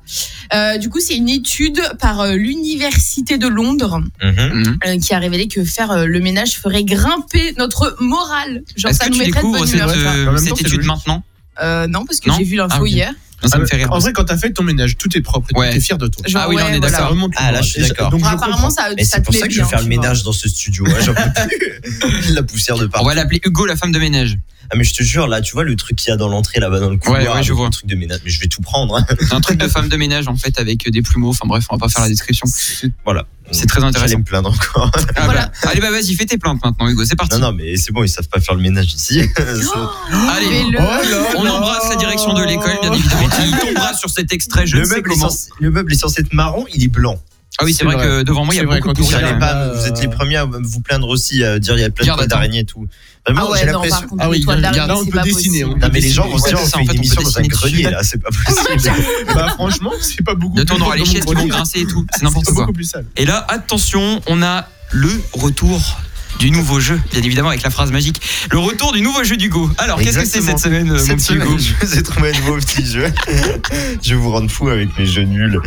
S4: Euh, du coup, c'est une étude par euh, l'Université de Londres
S1: mhm.
S2: Mhm.
S4: euh, qui a révélé que faire euh, le ménage ferait grimper notre morale. Genre,
S2: Est-ce
S4: ça
S2: que
S4: nous
S2: tu
S4: mettrait de
S2: découvres
S4: bonne
S2: cette,
S4: humeur. tu vois.
S5: En
S2: euh,
S5: même temps,
S2: cette
S5: c'est
S2: étude
S5: logique.
S2: maintenant
S4: Euh, non, parce que
S2: Non
S4: j'ai vu l'info
S2: Ah, ok.
S4: hier.
S2: Non, Ça me fait rire.
S5: Euh, En vrai, quand t'as fait ton ménage, tout est propre et
S2: Ouais.
S5: t'es fier de toi.
S4: Genre,
S2: Ah oui, là, on est
S4: ouais, voilà.
S5: Ça
S2: d'accord.
S5: remonte le
S1: Ah, là, je
S5: moral.
S1: suis d'accord.
S5: Donc, je
S4: apparemment,
S5: comprends.
S4: ça,
S1: Mais
S4: ça
S1: c'est
S4: te
S1: pour
S4: plaît
S1: ça que je
S4: bien,
S1: vais faire
S4: tu
S1: le
S4: vois.
S1: ménage dans ce studio. hein, J'en peux plus. La poussière de
S2: On
S1: partout.
S2: va l'appeler Hugo la femme de ménage.
S1: Ah, mais je te jure, là, tu vois le truc qu'il y a dans l'entrée là-bas dans le couloir.
S2: Ouais, ouais, je
S1: avec
S2: vois.
S1: Le truc de ménage. Mais je vais tout prendre. hein.
S2: C'est un truc de femme de ménage en fait avec des plumeaux. Enfin bref, on va pas faire la description.
S1: Voilà.
S2: C'est très intéressant.
S1: J'allais me plaindre encore.
S2: Ah, voilà. Allez bah vas-y, fais tes plaintes maintenant Hugo, c'est parti.
S1: Non, non, mais c'est bon, ils savent pas faire le ménage ici.
S2: Allez.
S5: Oh
S4: Fais-le.
S2: On embrasse la direction de l'école, bien évidemment, qui tombera sur cet extrait, je ne
S1: Le
S2: sais
S1: meuble, est
S2: comment.
S1: censé- le meuble est censé être marron, il est blanc.
S2: Ah oui, c'est
S5: C'est
S2: vrai
S5: vrai.
S2: que devant moi, il y a
S5: C'est vrai,
S2: beaucoup de
S5: quand on
S1: Vous,
S5: regarde
S2: poussière.
S1: allez
S5: Regarde,
S1: pas,
S5: euh,
S1: vous êtes les premiers à vous plaindre aussi, à dire il y a plein
S2: Regarde,
S1: de toiles
S2: attends.
S1: d'araignées et tout. Vraiment,
S4: Ah ouais,
S1: j'ai
S4: non,
S1: l'impression.
S4: par contre,
S5: Ah oui,
S4: les toiles
S5: là,
S4: d'araignée,
S5: là, on
S4: c'est
S5: peut
S4: pas
S5: dessiner,
S4: possible.
S5: on peut
S1: Non, mais les gens vont se
S2: Ouais,
S1: dire
S2: c'est
S1: on
S2: ça,
S1: fait
S2: en
S1: une
S2: fait, on peut
S1: émission dans un
S2: dessiner dessus.
S1: grenier là, c'est pas possible.
S5: Bah franchement, c'est pas beaucoup.
S2: De
S5: plus
S2: toi, on aura
S5: propre
S2: les chaises
S5: dans mon
S2: qui vont
S5: grenier.
S2: grincer et tout. C'est
S5: C'est
S2: n'importe
S5: pas
S2: quoi.
S5: beaucoup plus sale.
S2: Et là, attention, on a le retour du nouveau jeu, bien évidemment, avec la phrase magique. Le retour du nouveau jeu d'Hugo. Alors, qu'est-ce que c'est cette
S1: Exactement.
S2: semaine, euh, mon
S1: Cette
S2: petit
S1: semaine,
S2: Hugo
S1: je vous ai trouvé un nouveau petit jeu. je vais vous rendre fou avec mes jeux nuls.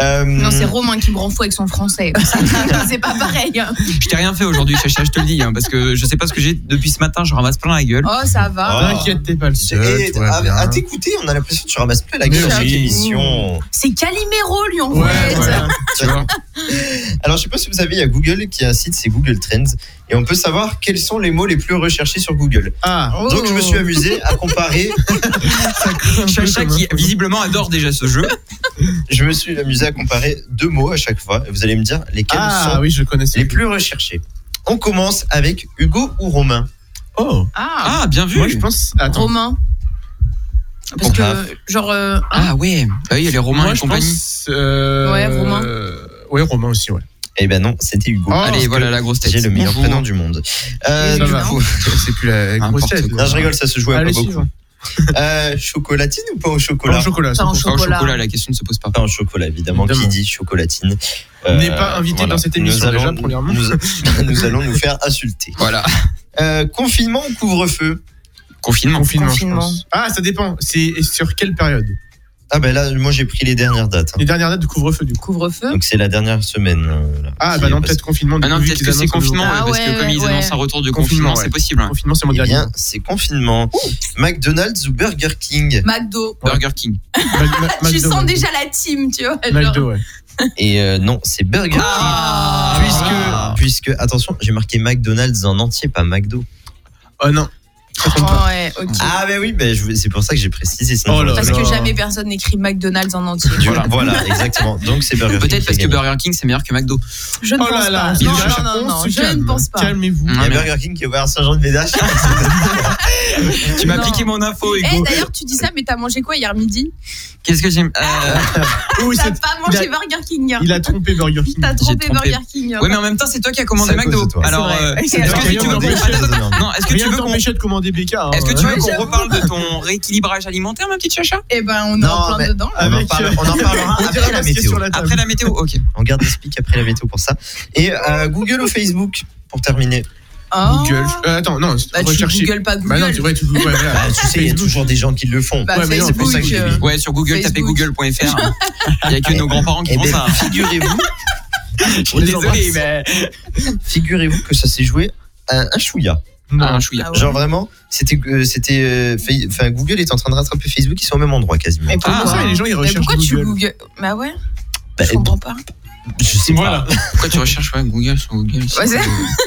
S1: Euh,
S4: Non,
S5: Mm.
S4: c'est Romain qui me rend fou avec son français. c'est pas pareil. hein.
S2: Je t'ai rien fait aujourd'hui, Chacha, je te le dis, hein, parce que je sais pas ce que j'ai depuis ce matin, je ramasse plein la gueule.
S4: Oh, ça va.
S1: Ah.
S5: T'inquiète, t'es pas le
S1: c'est-
S5: seul.
S1: et
S5: tout va
S1: à,
S5: bien.
S1: à t'écouter, on a l'impression que tu ramasses plus la gueule
S5: Mais
S1: à chaque
S5: oui.
S1: émission.
S4: C'est Calimero, lui, en
S5: Ouais,
S4: fait.
S5: voilà.
S2: Tu vois
S1: Alors, je sais pas si vous savez, il y a Google qui a un site, c'est Google Trends, et on peut savoir quels sont les mots les plus recherchés sur Google.
S5: Ah,
S4: Oh.
S1: Donc, je me suis amusé à comparer.
S5: un peu
S2: Chacha
S5: comme
S2: qui
S5: un-
S2: visiblement adore déjà ce jeu.
S1: je me suis amusé à comparer deux mots à chaque fois. Et vous allez me dire lesquels
S5: Ah
S1: sont
S5: oui, je connais. ce
S1: les
S5: jeu.
S1: plus recherchés. On commence avec Hugo ou Romain.
S5: Oh,
S4: Ah,
S2: Ah, bien vu.
S5: moi je pense. Attends.
S4: Romain. Parce que, genre, euh, hein,
S2: Ah ouais, ah, oui, les Romains
S5: Moi
S2: et
S5: je
S2: compagnie.
S5: pense. euh,
S4: Ouais, Romain.
S5: Ouais, Romain aussi, ouais.
S1: Eh ben non, c'était Hugo.
S5: Oh, parce
S2: Allez,
S5: que
S2: voilà la grosse tête.
S1: J'ai le meilleur
S2: Bonjour.
S1: prénom du monde. Euh,
S5: hein. Ça
S1: du
S5: va.
S1: coup,
S5: C'est plus la
S2: N'importe
S5: grosse tête.
S2: quoi.
S1: non, je rigole, ça se joue à
S5: Allez,
S1: pas
S5: suivre.
S1: beaucoup.
S5: hein.
S1: Euh, chocolatine ou pas au
S5: Pas
S1: chocolat
S5: en chocolat.
S4: Pas en
S5: c'est
S2: Pas au
S4: Chocolat.
S2: chocolat, la question ne se pose pas.
S1: Pas au chocolat, évidemment.
S5: Évidemment.
S1: Qui dit chocolatine euh,
S5: N'est pas invité dans cette émission, déjà, premièrement.
S1: Nous, nous allons nous faire insulter.
S2: Voilà,
S1: Euh, confinement ou couvre-feu
S5: pour
S2: confinement.
S5: Confinement,
S4: Confinement.
S5: je pense. Ah, ça dépend. C'est sur quelle période
S1: Ah ben là, moi j'ai pris les dernières dates. hein.
S5: Les dernières dates de couvre-feu, du coup.
S4: couvre-feu.
S1: Donc c'est la dernière semaine. euh, là,
S5: Ah,
S1: qui
S5: bah
S1: est
S5: non,
S1: passée.
S5: peut-être confinement. du
S2: Ah non,
S5: coup, vu
S2: peut-être
S5: qu'ils
S2: que c'est
S5: annoncent un nouveau-
S2: confinement,
S4: nouveau.
S2: ouais,
S4: Ah
S2: parce
S4: ouais,
S2: que comme ils
S4: ouais,
S2: annoncent
S4: ouais.
S2: un retour de confinement,
S5: Confinement,
S2: c'est
S5: ouais.
S2: possible. hein.
S5: Confinement, c'est mon
S1: Eh
S5: dernier.
S1: bien, c'est confinement. McDonald's ou Burger King
S4: McDo.
S2: Burger King.
S5: Mag- ma-
S4: Tu
S5: McDo,
S4: sens
S5: McDo.
S4: déjà la team, tu vois. genre.
S5: McDo, ouais.
S1: Et euh, non, c'est Burger King.
S4: Ah.
S1: Puisque,
S2: Ah.
S1: puisque puisque, attention, j'ai marqué McDonald's en entier, pas McDo.
S5: Oh non. Ça compte pas.
S4: Oh, ouais, ok.
S1: Ah, ben oui, ben, je voulais- c'est pour ça que j'ai précisé. sinon
S5: Oh
S1: j'aurais
S5: là
S1: pas
S4: Parce
S5: là.
S4: que jamais personne n'écrit McDonald's en entier.
S1: dû- Voilà, exactement. Donc c'est Burger King
S2: Peut-être
S1: qui
S2: parce
S1: a
S2: que
S1: gagné.
S2: Burger King c'est meilleur que McDo.
S4: Je ne
S5: Oh
S4: pense
S5: là là.
S4: pas.
S5: Il
S4: Non,
S5: cherche-
S4: non, non,
S5: on
S4: non,
S5: se
S4: je
S5: calme.
S4: ne pense pas.
S5: Calmez-vous.
S1: Il y a
S2: Ah, merde.
S1: Burger King qui a ouvert Saint-Jean de Védache.
S2: Tu m'as
S4: Non.
S2: piqué mon info,
S4: Eh,
S2: Hugo.
S4: d'ailleurs, tu dis ça, mais t'as mangé quoi hier midi
S2: Qu'est-ce que j'aime Euh,
S5: Oh Oui,
S4: T'as
S5: c'est-
S4: pas
S5: il
S4: mangé
S5: a-
S4: Burger King hier.
S5: Il a trompé Burger King.
S4: T'as trompé
S2: J'ai trompé.
S4: Burger King.
S2: Ouais, mais en même temps, c'est toi qui as commandé
S1: C'est à cause de
S2: McDo.
S1: toi.
S2: Alors,
S4: C'est vrai.
S2: euh,
S4: Et
S2: est-ce
S4: c'est
S2: que
S4: vrai.
S2: tu veux
S5: Rien
S2: qu'on
S5: n'empêche
S2: attends, attends, attends.
S1: de-
S2: Non, est-ce que tu
S5: Rien
S2: veux qu'on
S5: t'empêchait de commander BK. hein.
S2: est-ce que tu veux
S4: Ouais,
S2: qu'on
S4: j'avoue.
S2: reparle de ton rééquilibrage alimentaire, ma petite chacha
S4: Eh ben, on est
S1: Non,
S4: en plein
S1: mais-
S4: dedans.
S1: On en
S5: Avec,
S1: parle-
S5: euh,
S1: on en parlera
S5: on
S1: après la
S5: dira pas ce qu'il y a
S1: météo.
S5: sur la table.
S2: Après la météo, ok.
S1: On garde des speaks après la météo pour ça. Et euh, Google ou Facebook pour terminer.
S4: Oh.
S5: Google. Euh, attends,
S4: Bah,
S5: non, on va
S4: tu
S5: chercher.
S4: Google pas Google.
S5: Bah non, tu ouais, tu ouais, voilà.
S1: Bah, tu sais, il y a
S5: Facebook.
S1: toujours des gens qui le font.
S4: Bah,
S5: Ouais, mais non, c'est
S4: Facebook.
S5: pour ça que j'ai
S4: euh,
S5: mis.
S2: Ouais, sur Google, tapez
S4: Facebook.
S2: google.fr. Il n'y a que nos grands-parents qui
S1: Eh
S2: font
S1: ben,
S2: ça.
S1: figurez-vous,
S2: Je suis Désolé, mais.
S1: figurez-vous que ça s'est joué un, un chouïa.
S2: Ah,
S5: Non.
S2: un chouïa.
S4: Ah ouais.
S1: Genre vraiment, c'était, euh, c'était, euh, Fa- enfin Google est en train de rattraper Facebook. Ils sont au même endroit quasiment.
S4: Mais
S5: Comment
S4: pourquoi
S5: Ah, ça, les gens, ils
S4: Mais
S5: recherchent
S4: pourquoi tu
S5: Google
S4: Google Bah ouais,
S1: Bah,
S4: je comprends pas.
S1: je sais
S5: Voilà.
S2: Pourquoi tu recherches ouais, Google sur Google c'est-
S4: Ouais, c'est-
S1: pas.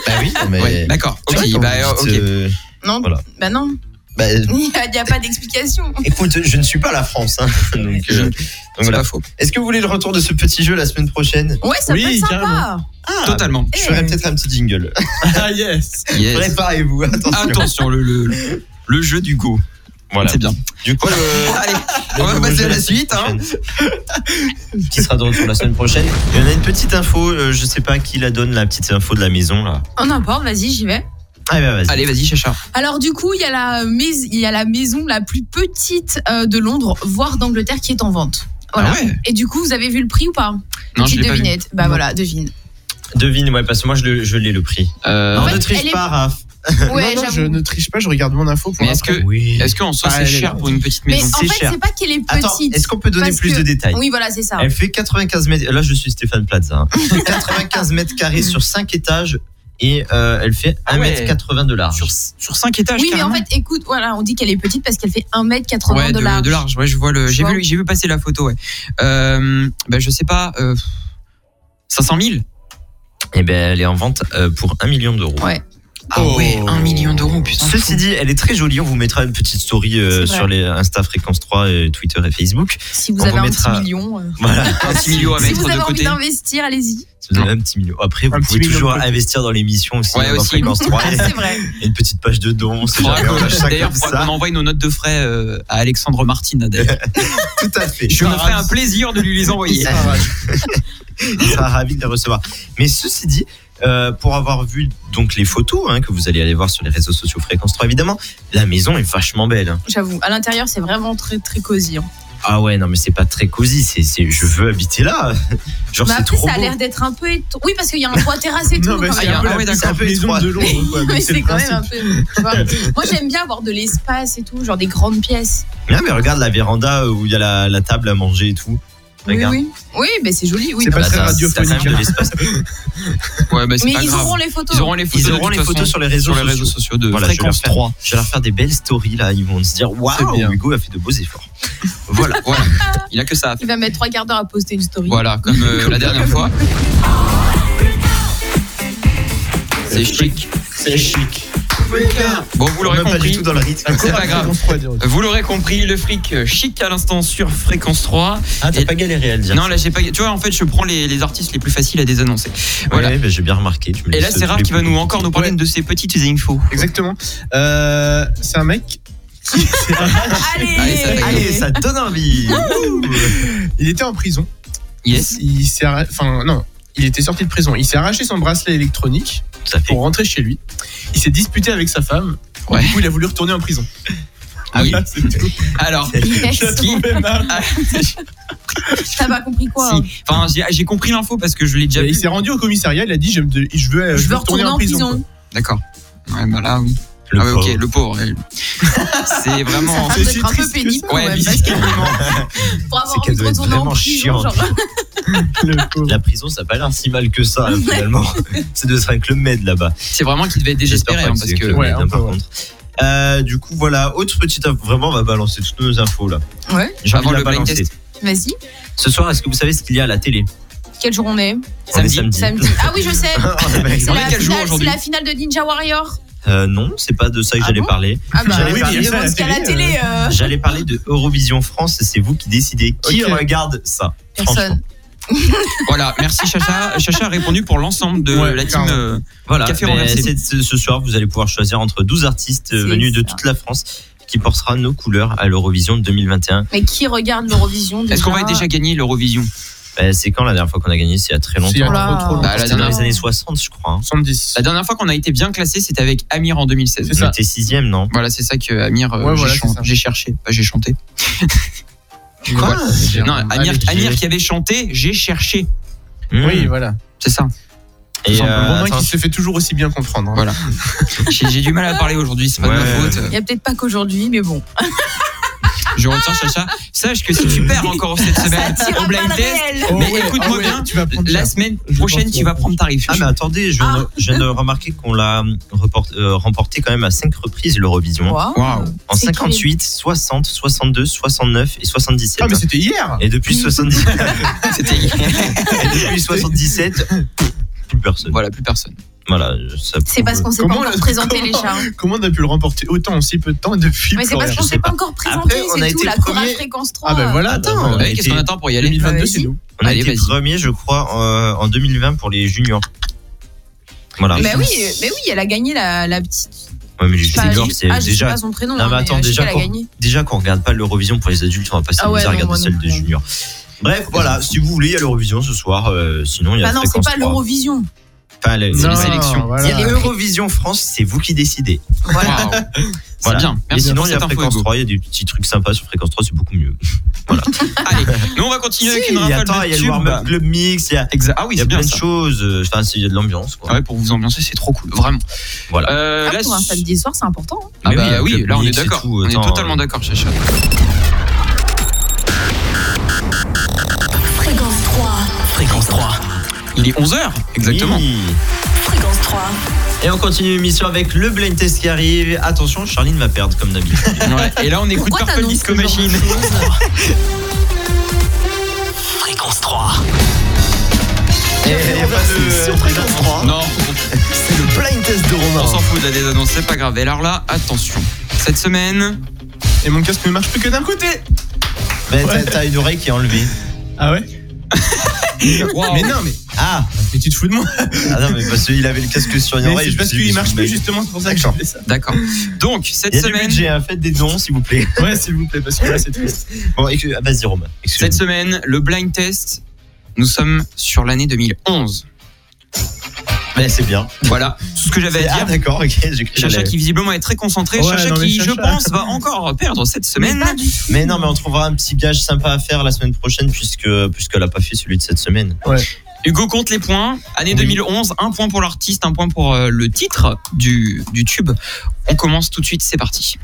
S1: Bah oui, non, mais.
S2: Ouais, d'accord.
S1: Tu
S2: Ok,
S1: vois, quand
S2: bah,
S1: vous
S2: ok.
S1: dites, euh,
S4: Non,
S1: Voilà.
S4: bah non,
S1: bah,
S4: il n'y a, il y a pas d'explication.
S1: écoute, je ne suis pas la France, hein. donc,
S2: Je-
S1: euh, donc
S2: C'est
S1: voilà.
S2: pas faux.
S1: Est-ce que vous voulez le retour de ce petit jeu la semaine prochaine
S4: Ouais, ça
S5: Oui,
S4: peut être sympa.
S1: Ah,
S2: Totalement.
S1: Je ferai
S4: Eh.
S1: peut-être un petit jingle.
S5: Ah yes.
S2: Yes.
S1: Préparez-vous,
S2: Ah,
S1: attention.
S2: Attention, le, le, le jeu du go.
S1: Voilà.
S2: C'est bien.
S1: Du coup, le-
S2: Allez,
S1: le
S2: on va
S1: nouveau
S2: passer
S1: jeu
S2: à la
S1: semaine
S2: suite. hein.
S1: prochaine. qui sera de retour la semaine prochaine. Il y en a une petite info, euh, je sais pas qui la donne, la petite info de la maison là.
S4: On importe, vas-y, j'y vais.
S1: Ah bah vas-y.
S2: Allez, vas-y, chacha.
S4: Alors du coup, il y, a la mais- il y a la maison la plus petite euh, de Londres, voire d'Angleterre, qui est en vente. Voilà.
S2: Ah ouais
S4: Et du coup, vous avez vu le prix ou pas
S2: Non, je
S4: Petite
S2: l'ai pas vu.
S4: devinette. Bah voilà, devine.
S1: Devine, ouais, parce que moi je le- je l'ai le prix.
S2: Euh,
S1: Non,
S4: fait,
S1: ne triche
S4: elle est-
S1: pas, Raph.
S4: Ouais,
S5: non, non,
S4: j'avoue.
S5: je ne triche pas, je regarde mon info pour
S2: Mais est-ce
S5: après.
S2: que,
S1: Oui.
S2: est-ce qu'en soi,
S5: Ah,
S2: c'est
S5: elle est
S2: cher
S5: là.
S2: pour une petite
S4: Mais
S2: maison
S4: en
S1: c'est
S4: fait,
S1: cher.
S4: c'est pas qu'elle est petite.
S1: Attends, est-ce qu'on peut donner
S4: Parce
S1: plus
S4: que-
S1: de détails
S4: Oui, voilà, c'est
S2: Ah.
S4: ça.
S1: Elle fait 95 mètres. Là, je suis Stéphane Plaza. hein. 95 mètres carrés sur 5 étages et euh, elle fait 1
S2: Ah ouais.
S1: mètre 80 de large.
S2: Sur, 5 étages
S4: Oui, mais en
S2: carrément.
S4: fait, écoute, voilà, on dit qu'elle est petite parce qu'elle fait 1m80
S2: Ouais,
S4: de, large.
S2: Ouais, je vois le.
S4: Tu
S2: J'ai
S4: vois
S2: vu, j'ai vu passer la photo. Ouais. Euh, bah, je sais pas. euh, 500 000
S1: Et ben, elle est en vente euh, pour 1 million d'euros.
S4: Ouais.
S2: Ah ouais,
S5: Oh.
S2: 1 million d'euros, putain.
S1: Ceci dit, elle est très jolie. On vous mettra une petite story euh,
S4: C'est vrai.
S1: sur les Insta Fréquence 3, euh, Twitter et Facebook.
S4: Si vous
S1: On
S4: avez un
S1: remettra-
S4: petit million. euh,
S1: Voilà.
S2: un petit million à
S4: Si
S2: mettre
S4: vous avez
S2: de
S4: envie
S2: côté.
S4: d'investir, allez-y.
S1: Si vous avez un petit million. Après, vous
S5: Un petit
S1: pouvez
S5: million
S1: toujours
S5: de plus.
S1: investir dans l'émission aussi. hein,
S2: Ouais,
S1: dans
S2: aussi.
S1: Fréquence 3.
S4: Ah, c'est vrai.
S1: Et une petite page de dons. on sait
S2: Faudra
S1: jamais, on
S2: qu'on-
S1: lâche ça
S2: D'ailleurs,
S1: comme
S2: faudra qu'on
S1: ça.
S2: envoie nos notes de frais euh, à Alexandre Martin. là, d'ailleurs.
S1: Tout à fait.
S2: Je me ferai un plaisir de lui les envoyer.
S5: Ah, ouais.
S1: il sera ravi de les recevoir. Mais ceci dit, euh, pour avoir vu donc les photos hein, que vous allez aller voir sur les réseaux sociaux Fréquence 3, évidemment, la maison est vachement belle. hein.
S4: J'avoue, à l'intérieur, c'est vraiment très très cosy. hein.
S1: Ah ouais, non mais c'est pas très cosy. C'est, c'est- je veux habiter là. Genre c'est
S4: Mais Bah après,
S1: trop
S4: ça a
S1: beau.
S4: l'air d'être un peu. éto- Oui, parce qu'il y a un toit terrasse et tout.
S5: Non, mais
S4: quand
S5: c'est
S4: même.
S5: un
S2: Ah,
S5: peu
S2: ouais,
S5: la
S1: d'accord.
S5: c'est un peu les ondes de Londres, quoi, donc
S4: Mais
S5: le
S4: c'est quand même un
S5: principe.
S4: peu. tu vois. Moi, j'aime bien avoir de l'espace et tout, genre des grandes pièces.
S1: Non mais regarde la véranda où il y a la, la table à manger et tout.
S4: Oui,
S1: Regarde.
S4: oui. Oui, mais c'est joli. Oui.
S5: C'est pas
S1: Ah bah,
S5: très
S1: ça-
S5: radiophonique.
S1: ça a quand même de l'espace.
S2: Ouais, bah, c'est
S4: Mais
S2: pas
S4: ils
S2: grave.
S4: auront les photos.
S2: Ils auront les photos,
S1: Ils
S2: de
S1: auront
S2: toute
S1: les
S2: façon,
S1: photos sur les réseaux
S2: sur les réseaux
S1: sociaux.
S2: sociaux de
S1: Voilà, je vais, leur
S2: Fréquence
S1: faire,
S2: 3.
S1: je vais leur faire des belles stories là. Ils vont se dire
S5: C'est
S1: waouh,
S5: bien.
S1: Hugo a fait de beaux efforts.
S2: Voilà, voilà. Il a que ça à faire.
S4: Il va mettre trois quarts d'heure à poster une story.
S2: Voilà, comme euh, la dernière fois. C'est chic.
S5: C'est chic.
S2: Bon, vous l'aurez
S1: Même pas du
S2: compris.
S1: tout dans le rythme.
S2: C'est pas grave.
S5: Fréquence 3, direct.
S2: Vous l'aurez compris, le fric euh, chic à l'instant sur Fréquence 3.
S1: Ah, t'as
S2: Et-
S1: pas galéré à le dire.
S2: Non, là, j'ai pas. Tu vois, en fait, je prends les, les artistes les plus faciles à désannoncer. voilà.
S1: Ouais, mais j'ai bien remarqué. tu me
S2: Et
S1: laisses
S2: là,
S1: tous
S2: c'est rare
S1: les
S2: qui va
S1: coups.
S2: nous encore nous parler
S5: Ouais.
S2: de ces petites infos.
S5: Exactement. Euh, c'est un mec.
S4: Eh, Allez,
S2: Allez, ça fait-
S1: Allez, ça donne envie.
S5: Il était en prison.
S2: Yes.
S5: Il s'est arra- enfin non, il était sorti de prison. Il s'est arraché son bracelet électronique
S1: Ça fait.
S2: Ah,
S5: pour rentrer chez lui. Il s'est disputé avec sa femme.
S2: Ouais. Ah
S5: Du coup, il a voulu retourner en prison.
S1: Ah
S2: Oui.
S5: Voilà, c'est tout.
S2: Alors, Ah,
S4: Yes.
S5: Je la trouvais marrant.
S4: T'as pas compris quoi hein.
S2: si. Enfin, j'ai- j'ai compris l'info parce que je l'ai déjà
S5: Et
S2: vu.
S5: Il s'est rendu au commissariat. Il a dit je, me de- je veux, euh,
S4: Je veux retourner en prison.
S5: quoi.
S2: D'accord. Ouais, bah là, oui.
S1: Le
S2: ah, ouais,
S1: pauvre.
S2: ok, le pauvre. ouais. c'est vraiment.
S4: Ça
S5: c'est
S4: doit être un peu
S5: triste que
S4: pénible
S5: ça.
S4: quand
S2: Ouais,
S4: même. parce que
S2: visiblement.
S4: Pour avoir
S1: C'est
S4: envie
S1: qu'elle
S4: de
S1: doit être
S4: retourner en
S1: vraiment
S4: prison,
S1: chiante.
S4: genre.
S5: Le pauvre.
S1: La prison, ça a pas l'air si mal que ça, hein, finalement. c'est de un club med là-bas.
S2: C'est vraiment qu'il devait être désespéré.
S1: J'espère
S2: hein,
S1: pas
S2: parce
S1: c'est
S2: que.
S1: Club
S5: Ouais,
S1: Med, hein,
S5: un peu,
S1: par
S5: ouais.
S1: contre. Euh, du coup, voilà, autre petite info. Vraiment, on va balancer toutes nos infos là.
S4: Ouais,
S1: J'ai envie
S2: Avant
S1: de la
S2: le blind
S1: balancer.
S2: test.
S4: vas-y.
S1: Ce soir, est-ce que vous savez ce qu'il y a à la télé
S4: Quel jour on est
S1: On est
S2: Samedi.
S4: Samedi. Ah oui, je sais.
S1: On est pas
S4: C'est
S1: exact.
S2: On est
S4: la,
S2: quel jour
S4: finale, c'est
S2: aujourd'hui
S4: la finale de Ninja Warrior.
S1: Euh, non, c'est pas de ça que
S4: Ah
S1: j'allais
S4: bon
S1: parler.
S4: Ah bah,
S1: J'allais
S5: oui,
S1: parler,
S5: mais
S4: je
S5: ça,
S4: pense qu'à la télé, euh,
S1: j'allais parler de Eurovision France et c'est vous qui décidez qui
S5: Ok.
S1: regarde ça.
S4: personne.
S2: Voilà, merci
S4: Ah.
S2: Chacha. Chacha a répondu pour l'ensemble de
S5: Ouais,
S2: la team.
S5: clairement.
S2: euh,
S1: Voilà,
S2: Café
S1: mais
S2: renversé.
S1: c'est- c'est- ce soir, vous allez pouvoir choisir entre 12 artistes euh,
S4: C'est
S1: venus de
S4: ça.
S1: toute la France qui portera nos couleurs à l'Eurovision 2021.
S4: Mais qui regarde l'Eurovision
S2: Est-ce qu'on va déjà gagner l'Eurovision
S1: Euh, c'est quand la dernière fois qu'on a gagné C'est il y a très
S5: C'est il y
S1: longtemps.
S5: a
S4: Oh là.
S5: trop, trop longtemps.
S2: Bah, la
S1: C'était dans
S2: dernière- Bah,
S1: les années 60, je crois. hein.
S5: 70.
S2: La dernière fois qu'on a été bien classé, c'était avec Amir en 2016.
S5: C'est ça.
S1: On était sixième, non
S2: Voilà, c'est ça que Amir, euh,
S5: Ouais,
S2: j'ai
S5: voilà,
S2: chan-
S5: c'est ça.
S2: j'ai cherché, pas j'ai chanté.
S5: Quoi J'ai
S2: Non,
S5: un-
S2: Amir,
S5: Allez,
S2: Amir
S5: j'ai-
S2: qui avait chanté, j'ai cherché.
S5: Oui,
S1: Mmh.
S5: voilà.
S2: C'est ça.
S1: Et,
S5: C'est un
S1: euh,
S5: Romain
S1: attends,
S5: qui se fait toujours aussi bien comprendre. hein.
S2: Voilà. J'ai j'ai du mal à parler aujourd'hui, c'est pas de
S1: Ouais.
S2: ma faute.
S4: Il n'y a peut-être pas qu'aujourd'hui, mais bon.
S2: Je retiens Chacha. Sache que si tu perds encore cette semaine
S4: Tire
S2: Ben, au
S4: à
S2: blind
S4: balles
S2: test,
S4: réelles.
S5: Oh,
S2: Mais
S5: ouais,
S2: écoute-moi
S5: ah ouais,
S2: bien,
S5: Tu vas prendre
S2: la
S5: cher.
S2: semaine
S5: Je
S2: prochaine,
S5: pense
S2: tu vas
S5: qu'on- bah.
S2: prendre ta riche.
S1: Ah mais attendez, je viens, de, je viens de remarquer qu'on l'a reporté- euh, remporté quand même à 5 reprises l'Eurovision.
S4: Wow.
S2: Waouh.
S1: En
S4: C'est
S1: 58, 60, 62, 69 et 77.
S5: Ah, mais c'était hier
S1: et depuis 70
S2: C'était
S1: et depuis 77, plus personne.
S2: Voilà, plus personne.
S1: Voilà, ça
S4: C'est parce qu'on s'est pas
S5: Comment
S4: encore
S5: la-
S4: présenté, les
S5: comment-
S4: chats.
S5: Comment on a pu le remporter autant en si peu de temps et depuis
S4: Mais
S5: plus
S4: c'est parce
S5: rien
S4: qu'on
S1: je
S4: s'est
S1: sais
S4: pas
S1: pas.
S4: encore présenté,
S1: Après, on a
S4: c'est tout.
S1: été
S4: La chorale
S1: premier.
S4: fréquence 3.
S5: Ah, ben voilà,
S1: Ah, bah,
S5: attends
S1: voilà.
S5: on a
S2: Ouais, Qu'est-ce
S1: été-
S2: qu'on attend pour y aller
S5: 2022,
S4: Bah, Vas-y.
S5: c'est nous.
S1: On a
S2: Allez,
S1: été
S2: vas-y.
S1: premier, je crois, euh, en 2020 pour les juniors. Voilà.
S4: Mais Bah oui, mais oui, elle a gagné la, la petite.
S1: Ouais, Ah, mais les
S4: je sais pas,
S1: juniors,
S4: je-
S1: c'est
S4: ah, je sais
S1: déjà.
S4: pas son prénom.
S1: Non,
S4: hein,
S1: mais attends,
S4: je sais
S1: déjà,
S4: qu'elle
S1: quand-
S4: a gagné.
S1: Déjà qu'on regarde pas l'Eurovision pour les adultes, on va passer
S4: Ah ouais,
S1: à
S4: non,
S1: regarder
S4: moi non
S1: celle des
S4: plus.
S1: juniors. Bref, voilà, si vous voulez, il y a l'Eurovision ce soir. euh, sinon, il y a
S4: Bah non, c'est
S1: Fréquence
S4: pas
S1: 3.
S4: l'Eurovision.
S1: Enfin, les-
S2: Non,
S1: les sélections.
S5: voilà.
S1: Il y a l'Eurovision France, c'est vous qui décidez.
S2: Waouh. C'est
S1: Voilà.
S2: bien.
S1: Et
S2: Merci
S1: sinon,
S2: pour
S1: il y a
S2: cette info.
S1: Fréquence
S2: Hugo.
S1: 3, il y a des petits trucs sympas sur Fréquence 3, c'est beaucoup mieux.
S2: Allez, nous on va continuer avec une
S1: il y a, attends,
S2: rafale
S1: il
S2: de
S1: y a le
S2: tubes.
S1: Warm-Up Club Mix, il y a,
S2: Exa- Ah
S1: il
S2: oui,
S1: y a
S2: c'est bien
S1: plein de
S2: ça.
S1: choses. euh, Enfin, c'est- il y a de l'ambiance, quoi.
S2: Ah ouais, pour vous ambiancer, c'est trop cool, vraiment.
S1: Voilà.
S2: Euh,
S4: Ah,
S2: là,
S4: pour un
S2: c'est-
S4: samedi soir, c'est important. hein.
S2: Ah
S1: Mais oui,
S2: bah
S1: avec
S2: oui,
S1: le
S2: là on est
S1: mix et
S2: d'accord.
S1: tout,
S2: On est
S1: autant,
S2: totalement
S1: euh,
S2: d'accord, Chacha.
S3: Fréquence 3. Fréquence 3.
S2: Il est 11h, exactement.
S1: Oui.
S3: Fréquence 3.
S1: Et on continue l'émission avec le blind test qui arrive. Attention, Charline va perdre comme d'habitude.
S2: Ouais, Et là on écoute
S4: Pourquoi
S2: Purple
S4: t'annonces
S2: Disco
S4: ce genre de
S2: Machine.
S3: Fréquence 3.
S1: Et il y a pas de-
S5: Sur Fréquence 3.
S2: Non,
S5: C'est le blind test de
S2: on
S1: Oh.
S2: s'en
S5: Romain.
S2: fout de la désannonce, c'est pas grave. Et alors là, attention. Cette semaine,
S5: Et mon casque ne marche plus que d'un côté.
S1: Mais t'as-
S5: Ouais.
S1: t'as une oreille qui est enlevée.
S5: Ah ouais
S2: Wow.
S5: Mais non, mais,
S1: Ah,
S5: mais tu te fous de moi.
S1: ah non, mais parce qu'il avait le casque sur une
S5: Mais
S1: oreille.
S5: c'est
S1: je
S5: parce
S1: me suis dit,
S5: qu'il marche
S1: mais-
S5: plus, justement, c'est pour ça que j'en fais ça.
S2: d'accord. Donc cette
S1: Il y a du
S2: semaine,
S1: budget, hein, faites des dons s'il vous plaît.
S5: Ouais, s'il vous plaît, parce que là, c'est triste.
S1: Bon, et que- ah, vas-y Romain. excuse-moi.
S2: Cette semaine, le blind test, nous sommes sur l'année 2011.
S1: Mais c'est bien.
S2: Voilà, tout ce que j'avais à
S1: Ah
S2: dire.
S1: d'accord, ok. j'ai cru que
S2: Chacha
S1: j'allais-
S2: qui visiblement est très concentré.
S5: Ouais,
S2: Chacha
S5: non, mais
S2: qui, je
S5: Chacha.
S2: pense, va encore perdre cette semaine.
S4: pas du tout.
S1: Mais non, mais on trouvera un petit gage sympa à faire la semaine prochaine puisque puisqu'elle a pas fait celui de cette semaine.
S2: Hugo compte les points. Année
S1: Oui.
S2: 2011, un point pour l'artiste, un point pour euh, le titre du, du tube. On commence tout de suite, c'est parti.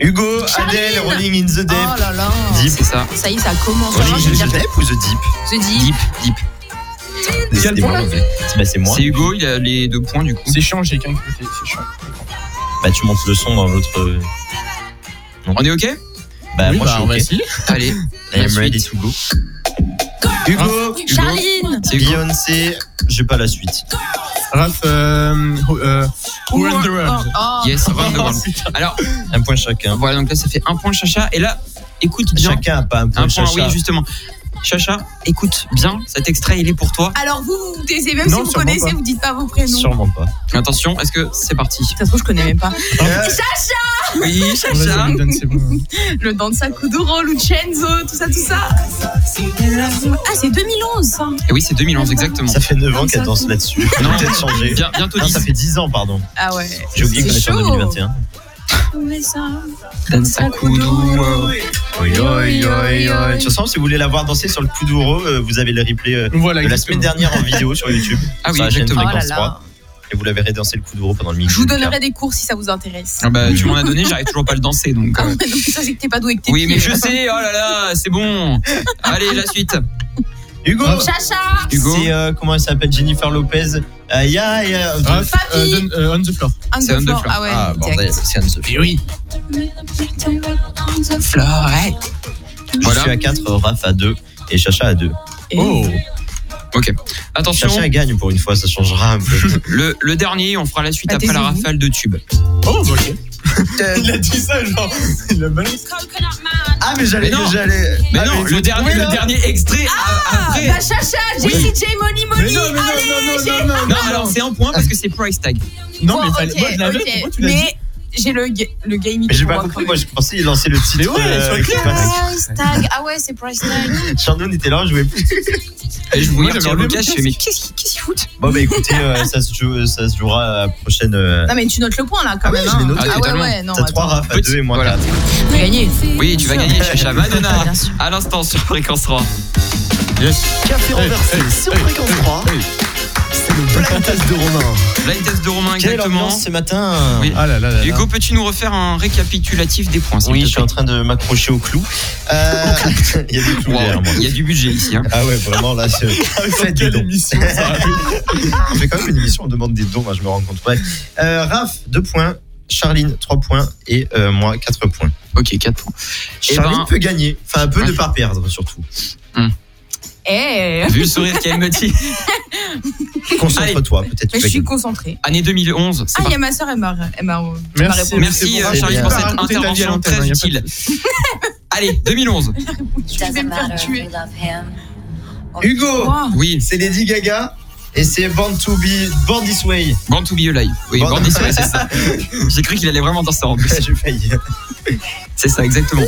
S1: Hugo,
S4: Charline
S1: Adèle, Rolling in the Deep.
S4: Oh là là.
S1: Deep.
S2: C'est ça.
S4: Ça y est, ça commence.
S1: Rolling
S4: Alors, je
S1: in
S4: vais dire,
S1: the Deep ou The Deep
S4: je dis,
S2: Deep, deep.
S1: Décidément,
S5: point, là
S1: Romain. Bah, c'est moi.
S2: C'est Hugo, il a les deux points du coup.
S5: C'est chiant, j'ai qu'un côté, c'est chiant.
S1: Bah tu montes le son dans l'autre. euh,
S2: On est OK
S1: Bah
S5: Oui,
S1: moi
S5: bah, on va
S1: je suis
S5: essayer.
S2: Allez,
S1: ok. I
S2: la
S1: am ready
S2: suite. Hein
S1: to go. Hugo,
S4: Charline.
S2: c'est Hugo.
S1: Beyoncé, j'ai pas la suite.
S5: Raph, euh, euh, Who Run the World.
S4: Oh, oh.
S2: Yes, round the world. Alors,
S1: Un point chacun.
S2: voilà, donc là, ça fait un point Chacha. Et là, écoute bien.
S1: Chacun a pas un point.
S2: Un point,
S1: Chacha.
S2: oui, justement. Chacha, écoute bien, cet extrait, il est pour toi.
S4: Alors vous, vous vous taisez, même si
S5: Non,
S4: vous
S5: sûrement
S4: connaissez,
S5: pas.
S4: vous dites pas vos prénoms. De
S1: Sûrement
S2: Hein
S1: pas.
S2: Attention, est-ce que c'est parti
S4: toute façon, je connais même pas.
S1: Euh,
S2: Oui,
S5: On va
S2: Chacha.
S5: donne, c'est bon.
S4: Le danza Kuduro, Lucenzo, tout ça, tout ça. Ah, c'est 2011, ça.
S2: Et oui, c'est 2011, exactement.
S1: Ça fait 9 ans qu'elle danse là-dessus.
S2: Non.
S1: Peut-être changé.
S2: Bien- bientôt
S1: Non,
S2: 10.
S1: Ah, ça fait 10 ans, pardon.
S4: Ah ouais.
S1: J'ai oublié
S4: C'est
S1: qu'on était en
S4: chaud.
S1: 2021.
S4: Mais ça-
S2: Danse à Kuduro.
S1: Oi, oi, oi, oi. De toute façon, si vous voulez la voir danser sur le Kuduro, euh, vous avez le replay euh,
S5: Voilà,
S1: de la semaine dernière en vidéo sur YouTube.
S2: Ah oui,
S1: Sur la chaîne
S2: exactement.
S4: Oh là
S1: Fréquence
S4: là.
S1: 3. Et vous la verrez danser le Kuduro pendant le mix.
S4: Je vous donnerai des cours si ça vous intéresse.
S2: Ah bah, tu m'en as donné, j'arrive toujours pas à le danser, donc.
S4: Ah
S2: euh,
S4: ouais, donc ça, c'est que t'es pas doué que t'es
S2: Oui, mais je sais, oh là là, c'est bon. Allez, la suite.
S1: Hugo
S4: Chacha
S2: Hugo,
S1: C'est euh, comment elle s'appelle Jennifer Lopez. Euh, Aïe, aïe, aïe.
S5: Raph, euh,
S4: Papy.
S5: donne, euh, on the floor.
S4: Un
S2: C'est
S4: de
S2: un de
S4: fort.
S2: Fleur.
S4: Ah ouais,
S1: Ah, bordel,
S4: direct.
S1: c'est Anne-Sophie.
S5: oui.
S2: Florette.
S1: Je
S2: Voilà.
S1: suis à 4, Raph à 2 et Chacha à 2.
S5: Oh
S2: Ok. Attention,
S1: Chacha gagne pour une fois, ça changera un peu.
S2: le, le dernier, on fera la suite
S4: Bah,
S2: après la
S4: taisez-vous.
S2: rafale de tube.
S5: Oh, bah, ok. il a dit ça, genre. Il a balancé.
S1: Ah, mais j'allais,
S2: Mais non.
S1: j'allais.
S2: Mais
S5: Ah,
S2: non,
S5: mais
S2: le
S5: faut
S2: dernier,
S5: trouver,
S2: le
S5: là.
S2: dernier extrait a-
S4: Ah,
S2: après.
S4: bah Chacha,
S2: Oui.
S4: Jessie J, Money
S5: Mais
S4: Money,
S5: non, mais
S4: allez,
S5: non,
S4: Ah, j'ai-
S5: non, non, non, non,
S2: non,
S5: non,
S2: alors c'est un point parce que c'est price tag.
S5: Non,
S4: Bon,
S5: mais fallait-
S4: ok,
S5: moi, je l'avais,
S4: ok.
S5: pourquoi tu l'as dit
S4: Mais j'ai le, ga- le game
S1: Mais j'ai pas compris, moi je pensais qu'il lançait le titre. euh,
S5: Mais ouais, sois
S1: qui
S5: clair.
S1: passe.
S4: Price tag, ah ouais, c'est price tag.
S1: Shannon était là, je jouais plus.
S2: Et je vous
S5: Moi,
S2: regarde
S5: j'avais
S2: sur
S5: enlevé
S2: Lucas,
S5: mon
S2: je fais, mais qu'est-ce qu'il qu'est-ce qu'il fout
S1: Bon, bah écoutez, euh, ça, se joue- ça se jouera à la prochaine. euh,
S4: Non, mais tu notes le point là
S1: Ah
S4: quand
S1: oui,
S4: même.
S1: je l'ai noté.
S4: Ah ouais,
S2: Totalement.
S4: ouais, non.
S1: T'as 3
S4: attends.
S1: rafs à 2 et moi
S2: Voilà.
S1: 4.
S4: Tu vas gagner.
S2: Oui, tu vas gagner, Chacha. Madonna,
S4: Bien sûr.
S2: à l'instant sur Fréquence 3.
S3: Café renversé sur Fréquence 3. C'est le blind test de Romain.
S2: Blind test de Romain,
S1: Quelle
S2: exactement.
S1: ambiance ce matin
S2: Oui.
S5: Ah là là là.
S2: Hugo, peux-tu nous refaire un récapitulatif des points s'il
S1: Oui,
S2: te
S1: je suis
S2: plaît
S1: en train de m'accrocher au clou. Euh, Il y a des clous
S2: Wow,
S1: derrière moi.
S2: Il y a du budget ici. hein.
S1: Ah ouais, vraiment, là, c'est. Faites des
S5: Quelle
S1: dons.
S5: émission, ça.
S1: On fait quand même une émission, on demande des dons, moi, je me rends compte. Bref. Euh, Raph, 2 points. Charline, 3 points. Et euh, moi, 4 points.
S2: Ok, 4 points. Eh
S1: Charline
S2: ben-
S1: peut gagner. Enfin, peut ne pas perdre, surtout.
S4: Eh,
S2: Vu le sourire qu'elle me dit.
S1: Concentre-toi, peut-être tu
S4: mais je
S1: vas
S4: suis
S1: gagner.
S4: concentrée.
S2: Année 2011. c'est
S4: Ah,
S2: parti.
S4: il y a ma soeur, elle m'a elle m'a- elle m'a
S5: Merci,
S4: répondu. bah,
S2: Merci
S5: C'est
S2: euh,
S5: bon,
S2: Charlie
S1: c'est
S2: pour
S1: bien.
S2: cette
S5: Raconter ta vie
S2: intervention
S5: à l'antenne, hein,
S2: très
S5: y a pas de
S2: utile. Allez, 2011.
S4: Je vais me faire tuer.
S1: Hugo,
S4: Oh.
S2: Oui,
S1: c'est Lady Gaga et c'est Born to Be, Born This Way.
S2: Born to be Alive. Oui,
S1: Born-
S2: Born, This Way, c'est ça. J'ai cru qu'il allait vraiment dans ça en plus.
S1: J'ai failli.
S2: C'est ça, exactement.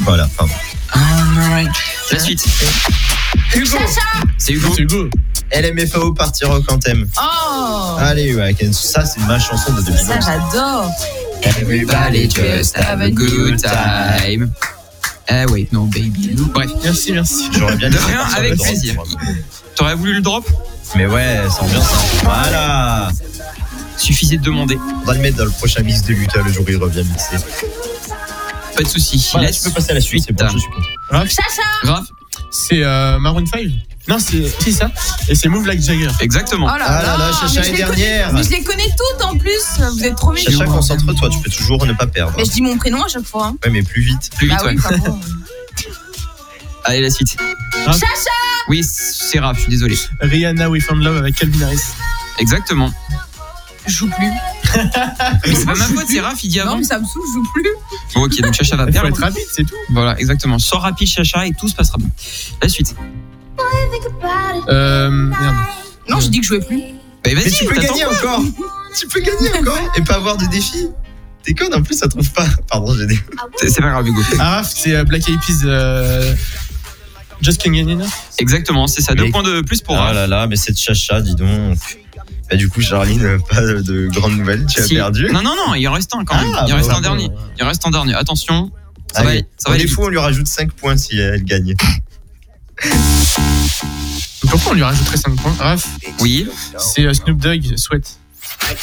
S1: Voilà, pardon.
S2: La suite.
S1: Hugo,
S2: C'est Hugo.
S5: C'est Hugo.
S1: LMFAO Party Rock Anthem.
S4: Oh
S1: Allez, ouais, Ken, ça, c'est ma chanson de
S4: Ça,
S1: 2011.
S4: j'adore.
S2: Everybody just have a good time. Eh wait, no baby. Bref,
S5: Merci, merci.
S1: J'aurais bien
S2: De
S1: aimé
S2: rien,
S1: partir
S2: avec
S1: le drop,
S2: plaisir.
S1: moi.
S2: t'aurais voulu le drop
S1: Mais ouais, c'est ambiance. hein. Voilà.
S2: Suffisait de demander.
S1: On va le mettre dans le prochain mix de Lucas le jour où il revient mixer.
S2: Pas de soucis.
S1: Voilà,
S2: la
S1: tu peux passer à la suite, c'est bon, je suis content.
S4: Chacha
S2: Grave,
S5: C'est euh, Maroon 5 Non, c'est c'est ça. Et c'est Move Like Jagger.
S4: Oh
S2: exactement.
S4: là
S1: Ah là là,
S4: là,
S1: Chacha
S4: mais je
S1: est
S4: les connais-
S1: dernière.
S4: Mais je les connais toutes en plus. Vous êtes trop méchants.
S1: Chacha, concentre-toi, tu peux toujours ne pas perdre.
S4: Mais je dis mon prénom à chaque fois. hein.
S1: Ouais, mais plus vite.
S2: Plus vite,
S4: Ah oui,
S2: ouais.
S4: pardon.
S2: Allez, la suite.
S1: Hein
S4: Chacha
S2: Oui, c'est Raph, je suis désolé.
S5: Rihanna We Found Love avec Calvin Harris.
S2: Exactement.
S4: Je joue plus.
S2: Mais c'est pas Ah, ma faute, c'est Raph, il dit
S4: Non,
S2: avant.
S4: mais ça me saoule, je joue plus.
S2: Bon, ok, donc Chacha va
S5: Il faut
S2: perdre.
S5: être rapide, c'est tout.
S2: Voilà, exactement. Sors rapide, Chacha, et tout se passera bien. La suite.
S5: Euh, merde.
S4: Non, j'ai dit que je jouais plus.
S2: Bah,
S1: Mais
S2: vas-y,
S1: tu peux
S2: t'attends
S1: gagner
S2: quoi
S1: encore Tu peux gagner encore et pas avoir de défi T'es con, en plus, ça trouve pas. Pardon, j'ai des.
S2: C'est c'est pas grave, Hugo.
S5: Araf, c'est euh, Black Eyed Peas. euh, Just King Enough.
S2: Exactement, c'est ça. Deux
S1: Mais-
S2: points de plus pour
S1: Ah
S2: Raph.
S1: là là, mais cette chacha, dis donc. Bah, du coup, Charline, pas de grande nouvelle, tu
S2: Si.
S1: as perdu.
S2: Non, non, non, il en reste un quand même.
S1: Ah,
S2: il
S1: bah,
S2: reste un
S1: pardon.
S2: dernier. Il reste un dernier. Attention. Ça va
S1: Allez,
S2: aller- ça va
S1: on
S2: aller
S1: est
S2: vite.
S1: fou, on lui rajoute 5 points si elle gagne.
S5: Pourquoi on lui rajouterait 5 points Araf,
S2: Oui.
S5: c'est euh, Snoop Dogg, Sweat.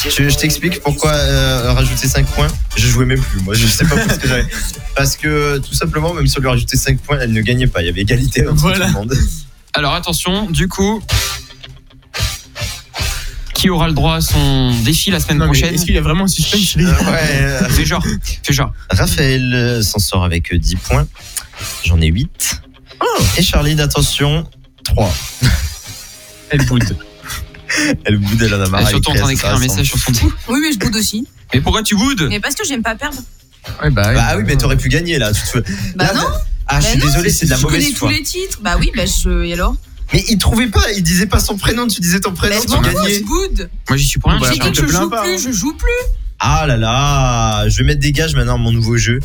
S1: Je, je t'explique pourquoi euh, rajouter 5 points. Je jouais même plus, moi, je sais pas parce que j'avais. Parce que tout simplement, même si on lui rajoutait 5 points, elle ne gagnait pas. Il y avait égalité entre
S5: Voilà.
S1: tout le monde.
S2: Alors attention, du coup. Qui aura le droit à son défi la semaine
S5: Non, mais
S2: prochaine
S5: Est-ce qu'il y a vraiment un suspense
S1: Euh, ouais, euh,
S2: Fais genre, fais genre.
S1: Raphaël euh, s'en sort avec euh, 10 points. J'en ai 8.
S4: Oh.
S1: Et Charline, attention, 3.
S5: Elle boude.
S1: Elle boude, elle en a marre.
S2: Et surtout en
S1: elle
S2: train
S1: reste
S2: d'écrire
S1: à
S2: un
S1: 100.
S2: message sur son téléphone.
S4: Oui, mais je boude aussi.
S2: Mais pourquoi tu boudes
S4: Mais parce que j'aime pas perdre.
S5: Ouais, bah,
S1: Bah oui, mais t'aurais pu gagner là. Tu te-
S4: Bah
S1: Là,
S4: non,
S1: Ah, je suis
S4: Bah non,
S1: désolé, c'est de la
S4: je connais
S1: mauvaise
S4: tous
S1: foi.
S4: les titres. Bah oui, bah je. Et alors
S1: Mais il trouvait pas, il disait pas son prénom, tu disais ton prénom,
S4: Bah je
S1: tu
S4: m'en fous, je
S1: gagnais.
S4: boude.
S2: Moi j'y suis pour rien.
S5: Bah,
S4: J'ai
S2: Chacha.
S4: dit que
S5: alors, te
S4: je
S5: plains
S4: joue
S5: pas, hein.
S4: plus, je joue plus.
S1: Ah là là, je vais mettre des gages maintenant à mon nouveau jeu.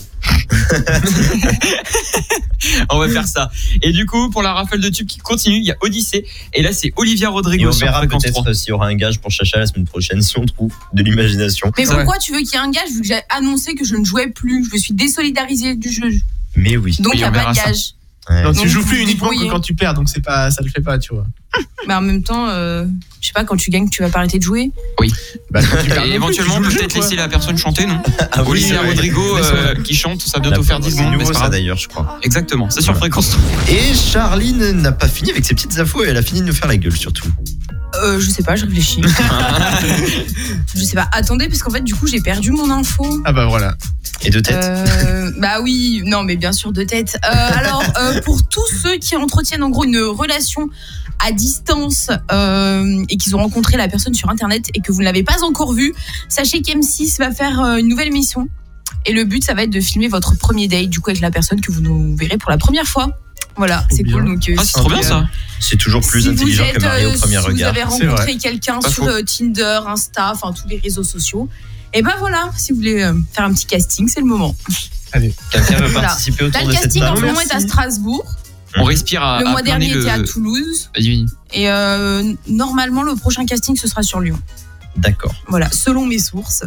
S2: On va faire ça. Et du coup, pour la rafale de tube qui continue, il y a Odyssée. Et là, c'est Olivia
S1: Et
S2: Rodrigo
S1: on
S2: sur
S1: verra
S2: Fréquence 3.
S1: peut-être s'il y aura un gage pour Chacha la semaine prochaine, si on trouve de l'imagination.
S4: Mais
S5: Ouais.
S4: pourquoi tu veux qu'il y ait un gage vu que j'ai annoncé que je ne jouais plus Je me suis désolidarisée du jeu.
S1: Mais oui.
S4: Donc
S2: Oui,
S4: il n'y
S2: on
S4: a
S2: verra
S4: pas de
S2: ça.
S4: gage.
S1: Ouais.
S5: Non, tu
S4: Donc,
S5: joues
S4: vous
S5: plus uniquement que
S4: débrouillez.
S5: quand tu perds, donc c'est pas, ça le fait pas, tu vois.
S4: Mais en même temps, euh, je sais pas, quand tu gagnes, tu vas pas arrêter de jouer.
S5: Bah, quand tu perds
S2: Et
S5: non
S2: éventuellement,
S5: plus, tu joues le
S2: peut-être
S5: jeu,
S2: laisser la personne chanter, non
S1: Ah oui, c'est
S2: Olivia
S1: vrai.
S2: Rodrigo euh, qui chante, ça va bientôt faire 10
S1: C'est
S2: secondes. mais
S1: nouveau
S2: c'est pas
S1: ça
S2: grave.
S1: d'ailleurs, je crois.
S2: Exactement, c'est sur
S1: Voilà.
S4: Ah.
S2: Fréquence 3.
S1: Et Charline n'a pas fini avec ses petites infos et elle a fini de nous faire la gueule surtout.
S4: Euh, euh, je sais pas, je réfléchis. je sais pas. Attendez, parce qu'en fait, du coup, j'ai perdu mon info.
S5: Ah bah voilà.
S1: Et de tête.
S4: Euh, bah oui, non, mais bien sûr de tête. Euh, alors, euh, pour tous ceux qui entretiennent en gros une relation à distance euh, et qu'ils ont rencontré la personne sur Internet et que vous ne l'avez pas encore vue, sachez qu'M6 va faire euh, une nouvelle mission. Et le but, ça va être de filmer votre premier date, du coup, avec la personne que vous nous verrez pour la première fois. Voilà, c'est
S5: bien.
S4: cool. Donc, euh,
S2: Ah, c'est trop bien ça.
S1: C'est toujours plus
S4: si vous
S1: intelligent
S4: êtes,
S1: que Marie au
S4: euh,
S1: premier
S4: si
S1: regard.
S4: Vous avez
S5: C'est
S4: rencontré quelqu'un
S2: Pas
S4: sur
S2: faux.
S4: euh, Tinder, Insta, enfin tous les réseaux sociaux. Et ben voilà, si vous voulez euh, faire un petit casting, c'est le moment.
S1: Quelqu'un veut
S4: Voilà.
S1: participer
S4: Là,
S1: autour
S4: le
S1: de cette
S4: casting en ce
S1: table
S4: moment est à Strasbourg.
S2: On respire
S1: Ah,
S2: à.
S4: le
S2: à
S4: mois
S2: plein nez
S4: dernier
S2: le-
S4: était à Toulouse.
S2: Vas-y, vas-y.
S4: Et euh, normalement, le prochain casting, ce sera sur Lyon.
S1: D'accord.
S4: Voilà, selon mes sources.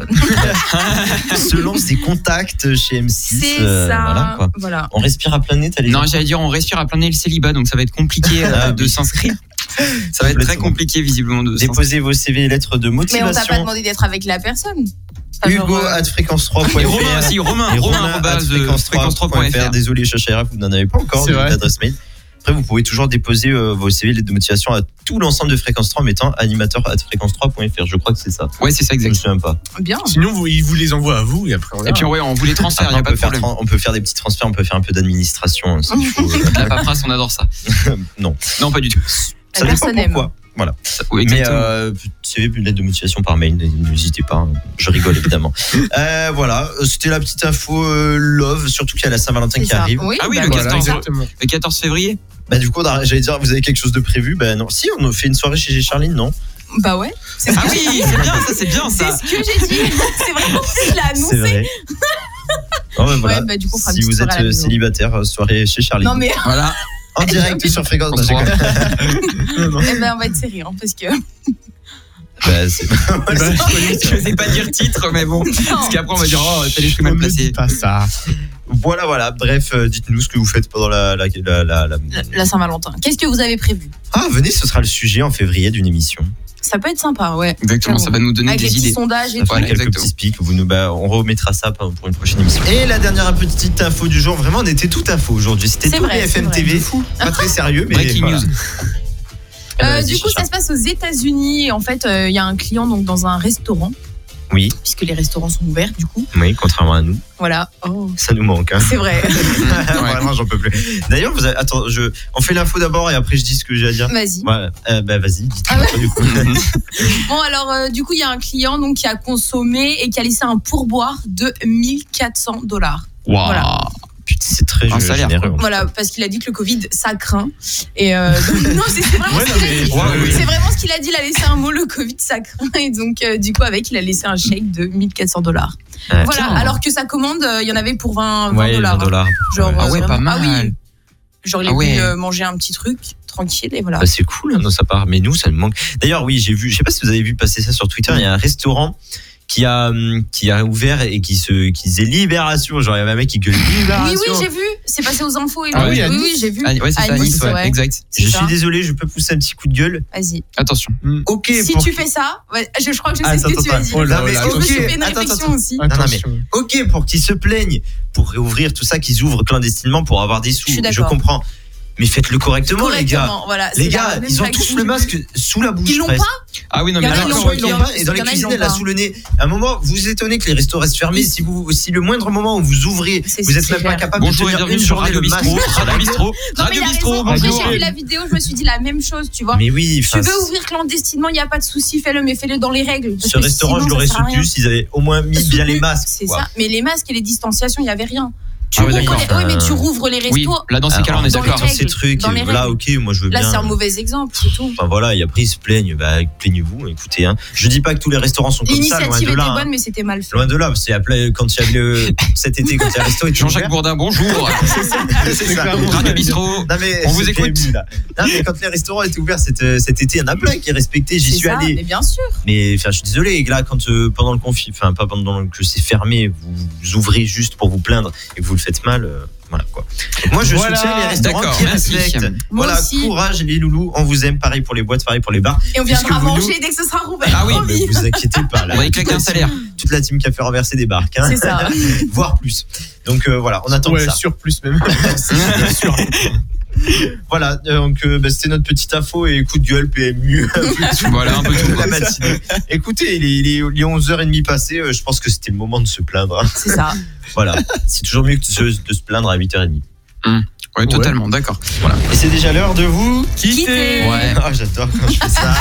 S1: Se lance des contacts chez M6.
S4: C'est
S1: euh,
S4: ça.
S1: Voilà, quoi.
S4: Voilà.
S1: On respire à plein nez, t'as les
S2: Non, j'allais dire, on respire à plein nez le célibat, donc ça va être compliqué euh,
S1: Ah,
S2: de
S1: oui.
S2: s'inscrire. Ça va être très compliqué, visiblement, de s'inscrire.
S1: Déposez vos CV et lettres de
S4: Mais on t'a pas
S1: motivation.
S4: demandé d'être avec la personne. Enfin, genre,
S1: Hugo
S4: euh,
S1: at fréquence
S2: Et Romain
S1: 3.fr.
S2: aussi, Romain,
S1: Et
S2: Romain,
S1: Romain at
S2: arrobase, euh,
S1: fréquence3.fr.
S2: fréquence3.fr.
S1: Désolé, Chacha RF, vous n'en avez pas encore
S5: C'est vrai.
S1: d'adresse mail. Après, vous pouvez toujours déposer euh, vos CV et lettres de motivation à tout l'ensemble de Fréquence 3 en mettant animateur at fréquence3.fr. Je crois que c'est ça.
S2: Ouais, c'est ça,
S1: Je me
S2: exact.
S1: souviens pas.
S4: Bien.
S5: Sinon, vous, ils vous les envoient à vous et après on
S2: Et puis, ouais, on vous les transfère,
S1: Après,
S2: il n'y a
S1: Ah, on,
S2: pas
S1: peut
S2: de
S1: faire,
S2: problème.
S1: tran- on peut faire des petits transferts, on peut faire un peu d'administration. hein, s'il faut.
S2: La paperasse, on adore ça.
S1: non.
S2: Non, pas du tout.
S4: La
S1: Ça dépend
S4: personne aime.
S1: pourquoi.
S2: Ça- ouais,
S1: Mais
S2: exactement.
S1: euh, CV, lettre de motivation par mail, n'hésitez pas. hein. Je rigole évidemment. Euh, voilà, c'était la petite info euh, love, surtout qu'il y a la Saint-Valentin
S4: C'est
S1: qui
S4: ça.
S1: arrive.
S4: Oui,
S2: Ah oui,
S4: bah,
S2: le
S4: voilà,
S2: casting.
S4: c'est ça.
S5: exactement.
S2: Le 14 février.
S1: Bah du coup, on a- j'allais dire, vous avez quelque chose de prévu Ben non. Si, on fait une soirée chez Charline, non
S4: Bah ouais. C'est ce
S2: Ah
S4: que j'ai
S2: oui,
S4: dit.
S2: c'est bien, ça, c'est bien,
S4: C'est
S2: ça.
S4: ce que j'ai dit. C'est vraiment ce que je l'ai annoncé.
S1: vrai. Non, ben, voilà.
S4: Ouais, bah, du coup, on fera une
S1: si
S4: petite
S1: vous
S4: soirée
S1: êtes
S4: à la
S1: euh,
S4: maison.
S1: célibataire, euh, soirée chez Bah, Charline.
S4: Non mais
S2: Voilà.
S1: En direct sur Fréquence.
S2: On se voit.
S4: eh ben, on va être sérieux hein, parce que
S1: Bah, c'est-
S2: Je n'osais pas dire titre, mais bon. Parce qu'après, on va dire, oh, t'as les cheveux
S5: On
S2: mal
S5: ne
S2: placés.
S5: dit pas ça.
S1: voilà, voilà. Bref, euh, dites-nous ce que vous faites pendant la- la- la- la- la...
S4: la- la Saint-Valentin. Qu'est-ce que vous avez prévu
S1: Ah, venez, ce sera le sujet en février d'une émission.
S4: Ça peut être sympa, ouais.
S2: Exactement, ça va nous donner
S4: Avec les
S2: des
S4: petits
S2: idées.
S4: sondages
S1: Ça
S4: et tout.
S1: fera
S2: Ouais,
S1: quelques
S2: exactement.
S1: petits pics. Vous nous, bah, on remettra ça pour une prochaine émission. Et la dernière petite info du jour. Vraiment, on était tout à faux aujourd'hui. C'était
S4: C'est
S1: tout
S4: vrai, c'est
S1: BFM
S4: vrai.
S1: TV. Pas très sérieux, mais.
S2: Breaking
S1: voilà.
S2: news.
S4: Euh,
S1: Euh,
S4: du
S1: vas-y,
S4: coup,
S1: Chacha.
S4: ça se passe aux États-Unis. En fait, euh, il y a un client donc dans un restaurant,
S1: Oui,
S4: puisque les restaurants sont ouverts, du coup.
S1: oui, contrairement à nous.
S4: Voilà. Oh.
S1: Ça nous manque. hein.
S4: C'est vrai.
S2: Ouais.
S1: Vraiment, j'en peux plus. D'ailleurs, vous avez- attends, je... on fait l'info d'abord et après, je dis ce que j'ai à dire.
S4: Vas-y.
S1: Ouais, euh, bah, vas-y, dites
S4: Ah
S1: du coup.
S4: Bon, alors, euh, du coup, il y a un client donc qui a consommé et qui a laissé un pourboire de 1400 dollars. Voilà.
S2: Waouh.
S1: Putain, c'est très
S2: Un salaire,
S1: généreux.
S4: Voilà, parce qu'il a dit que le Covid, ça craint. Et euh, donc- non, c'est c'est vraiment
S5: Ouais,
S4: ce
S5: non,
S4: qu'il a
S5: mais
S4: dit.
S2: Ouais, oui.
S4: C'est vraiment ce qu'il a dit, il a laissé un mot, le Covid, ça craint. Et donc, euh, du coup, avec, il a laissé un chèque de 1400 dollars.
S1: Ouais.
S4: Voilà,
S2: Tiens.
S4: alors que sa commande, euh, il y en avait pour 20, 20
S1: Ouais,
S4: dollars.
S1: 20 dollars.
S4: Genre,
S2: Ah
S4: euh,
S2: ouais,
S4: vraiment-
S2: pas
S4: Ah oui.
S2: mal.
S4: Genre, il a
S2: Ah ouais.
S4: pu euh, manger un petit truc tranquille et voilà.
S1: Bah, c'est cool hein, de sa part, mais nous ça nous manque. D'ailleurs oui, j'ai vu, je sais pas si vous avez vu passer ça sur Twitter, il y a un restaurant qui a hum, qui a ouvert et qui se qui disait libération, genre il y avait un mec qui gueule
S4: Oui,
S1: libération.
S4: oui, j'ai vu. C'est passé aux infos. et
S2: Ah
S4: tout.
S2: oui,
S5: à
S4: oui,
S5: Nice.
S4: oui, j'ai vu.
S2: Ah, Ouais, c'est
S4: À
S2: ça,
S4: Nice,
S2: Nice, ouais,
S4: ouais.
S2: exact.
S4: C'est
S1: je
S4: ça.
S1: suis désolé, je peux pousser un petit coup de gueule.
S4: Vas-y.
S2: Attention.
S1: OK
S4: Si
S1: pour- Ah,
S4: tu fais ça, ouais, je, je crois que je sais
S1: Attends,
S4: ce que tu vas
S1: attends,
S4: dire.
S5: Oh là
S1: Non, mais
S5: là,
S4: Parce que
S1: ok,
S4: je me suis fait une
S1: attends,
S4: réflexion
S1: attends.
S4: aussi.
S5: Attention.
S1: OK pour qu'ils se plaignent, pour réouvrir tout ça qu'ils ouvrent clandestinement pour avoir des sous,
S4: Je suis
S1: je,
S4: d'accord.
S1: comprends. Mais faites-le correctement, les gars.
S4: Correctement, voilà, c'est
S1: Les
S4: la
S1: gars,
S4: même
S1: ils ont
S4: réaction
S1: tous
S4: que
S1: le
S4: j'ai
S1: masque sous la bouche.
S4: Ils l'ont
S1: presque.
S2: Ah oui, non,
S4: Il y
S2: mais
S4: en a
S1: Ah,
S4: qui
S2: d'accord.
S1: non,
S4: l'ont
S1: ils l'ont
S4: eu,
S1: pas.
S4: hein.
S1: Et dans
S4: Il
S1: les
S4: y en a, ils
S1: cuisines,
S4: l'ont
S1: elle a
S4: pas.
S1: sous le nez. À un moment, vous vous étonnez que les restos restent fermés. Si, vous, si le moindre moment où vous ouvrez,
S4: C'est-
S1: vous êtes
S4: c'est
S1: même pas
S4: clair.
S1: capable
S2: Bonjour
S1: de
S2: et
S1: tenir
S2: bienvenue
S1: une
S2: sur
S1: journée
S2: Radio
S1: le masque.
S2: Bistrot. Radio Bistrot.
S4: Non, mais il
S2: Radio
S4: a
S2: Bistrot.
S4: raison. Après,
S2: Bonjour.
S4: j'ai vu la vidéo, je me suis dit la même chose, tu vois.
S1: Mais oui,
S4: Tu
S1: enfin,
S4: veux ouvrir clandestinement, il n'y a pas de souci, fais-le, mais fais-le dans les règles. parce
S1: ce
S4: que
S1: restaurant,
S4: sinon,
S1: je
S4: ça
S1: l'aurais
S4: sert à rien.
S1: soutenu s'ils avaient au moins mis bien les masques.
S4: C'est
S1: quoi.
S4: ça. Mais les masques et les distanciations, il n'y avait rien. Tu
S2: Ah ouais,
S4: rouvres
S2: d'accord.
S4: les- oui, mais tu
S1: Euh,
S4: rouvres les
S2: Oui,
S4: restos.
S2: là, dans ces
S1: Alors,
S2: cas-là, on est
S4: dans les
S2: d'accord.
S1: Dans ces
S4: règles,
S1: trucs,
S4: dans les
S1: là, ok, moi je veux
S4: Là,
S1: bien.
S4: c'est un mauvais exemple, c'est tout.
S1: Enfin voilà, et après ils se plaignent. Bah, plaignez-vous, écoutez. Hein. Je dis pas que tous les restaurants sont comme ça, loin
S4: L'initiative
S1: de
S4: était
S1: là. hein.
S4: bonne, mais c'était mal fait.
S1: Loin de là, c'est appelé- quand il y avait le- cet été, quand il y a le resto, et
S2: Jean-Jacques Bourdin, bonjour.
S1: c'est ça.
S2: Radio Bistrot.
S1: Non mais
S2: On vous
S1: c'était
S2: écoute.
S1: ému, là. Non mais quand les restaurants étaient ouverts cet, euh, cet été, il y en a plein qui respectaient. J'y
S4: C'est
S1: suis
S4: ça,
S1: allé.
S4: Mais bien sûr.
S1: Mais enfin, je suis désolé. Là, quand euh, pendant le conflit, enfin pas pendant que c'est fermé, vous, vous ouvrez juste pour vous plaindre et que vous le faites mal. euh, voilà quoi. Moi, je
S5: Voilà.
S1: soutiens les restaurants
S2: D'accord, Ah,
S1: qui
S2: merci.
S1: respectent.
S4: Moi
S1: voilà,
S4: aussi.
S1: courage les loulous. On vous aime. Pareil pour les boîtes, pareil pour les bars.
S4: Et on
S1: Puisque
S4: viendra
S1: vous Hein
S4: manger dès que ce sera rouvert.
S2: Ah oui,
S1: Mais
S4: promis.
S1: vous inquiétez pas.
S2: On
S1: Là,
S2: va y
S1: toute
S2: claquer
S1: la
S2: un salaire.
S1: team- Toute la team café renversé débarque, hein,
S4: C'est ça.
S1: voire plus. Donc euh, voilà, on attend que
S5: Ouais,
S1: ça.
S5: sur plus même.
S1: Voilà, euh, donc euh, bah, c'était notre petite info et coup de gueule PMU.
S2: Voilà, un peu tout.
S1: de la matinée. Écoutez, il est, il est- il est 11h30 passé, euh, je pense que c'était le moment de se plaindre. hein.
S4: C'est ça.
S1: Voilà, c'est toujours mieux que de se, de se plaindre à 8h30.
S2: Ouais, totalement, d'accord. Voilà.
S1: Et c'est déjà l'heure de vous
S4: Quitter.
S2: Ouais.
S1: Ah, j'adore quand je fais ça.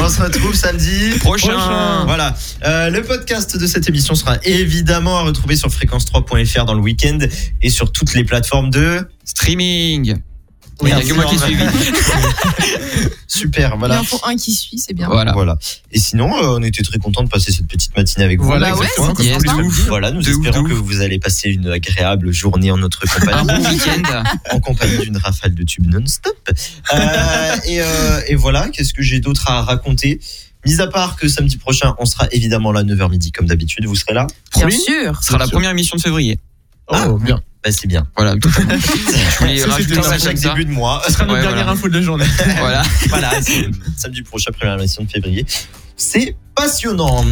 S1: On se retrouve samedi.
S2: Prochain.
S1: Voilà. Euh, le podcast de cette émission sera évidemment à retrouver sur fréquence3.fr dans le week-end et sur toutes les plateformes de.
S2: Streaming. Il n'y a
S1: Merde,
S2: que moi qui
S1: non,
S2: suis suivi.
S1: Super,
S4: Il
S1: voilà.
S4: en faut un qui suit, c'est bien.
S2: Voilà.
S1: Voilà. Et sinon, euh, on était très content de passer cette petite matinée avec vous.
S5: Voilà,
S4: Bah ouais,
S5: exactement,
S2: c'était
S5: comme tous les
S2: sympa.
S5: deux.
S1: Voilà, nous
S2: De ouf,
S1: espérons
S2: de
S1: que
S2: ouf. Ah
S1: vous allez passer une agréable journée en notre
S2: Un
S1: compagnie,
S2: bon week-end.
S1: en compagnie d'une rafale de tube non-stop. Euh, et, euh, et voilà, qu'est-ce que j'ai d'autre à raconter Mis à part que samedi prochain, on sera évidemment là 9h midi comme d'habitude, vous serez là
S4: Bien
S2: Promis.
S4: sûr.
S2: Ce sera la première émission de février.
S5: Oh, bien.
S1: Bah c'est bien.
S2: Voilà. totalement. Je voulais
S5: Ça,
S2: rajouter
S5: c'était
S1: Comme
S2: ça
S1: à
S5: dans
S2: comme
S1: chaque
S2: ça.
S1: début de mois.
S5: Ce sera notre
S2: Ouais,
S5: dernière
S2: voilà.
S5: info de la journée.
S2: Voilà.
S1: voilà, c'est samedi prochain, première émission de février. C'est passionnant.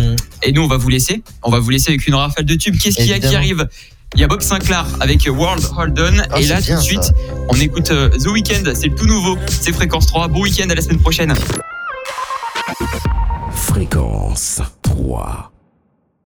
S2: Et nous, on va vous laisser. On va vous laisser avec une rafale de tubes. Qu'est-ce qu'il y a qui
S1: Évidemment.
S2: arrive Il y a Bob Sinclair avec World Hold On.
S1: Ah,
S2: et
S1: c'est
S2: là, tout
S1: bien,
S2: de suite,
S1: ça.
S2: on écoute euh, The Weeknd. C'est le tout nouveau. C'est Fréquence 3. Bon week-end à la semaine prochaine.
S6: Fréquence 3.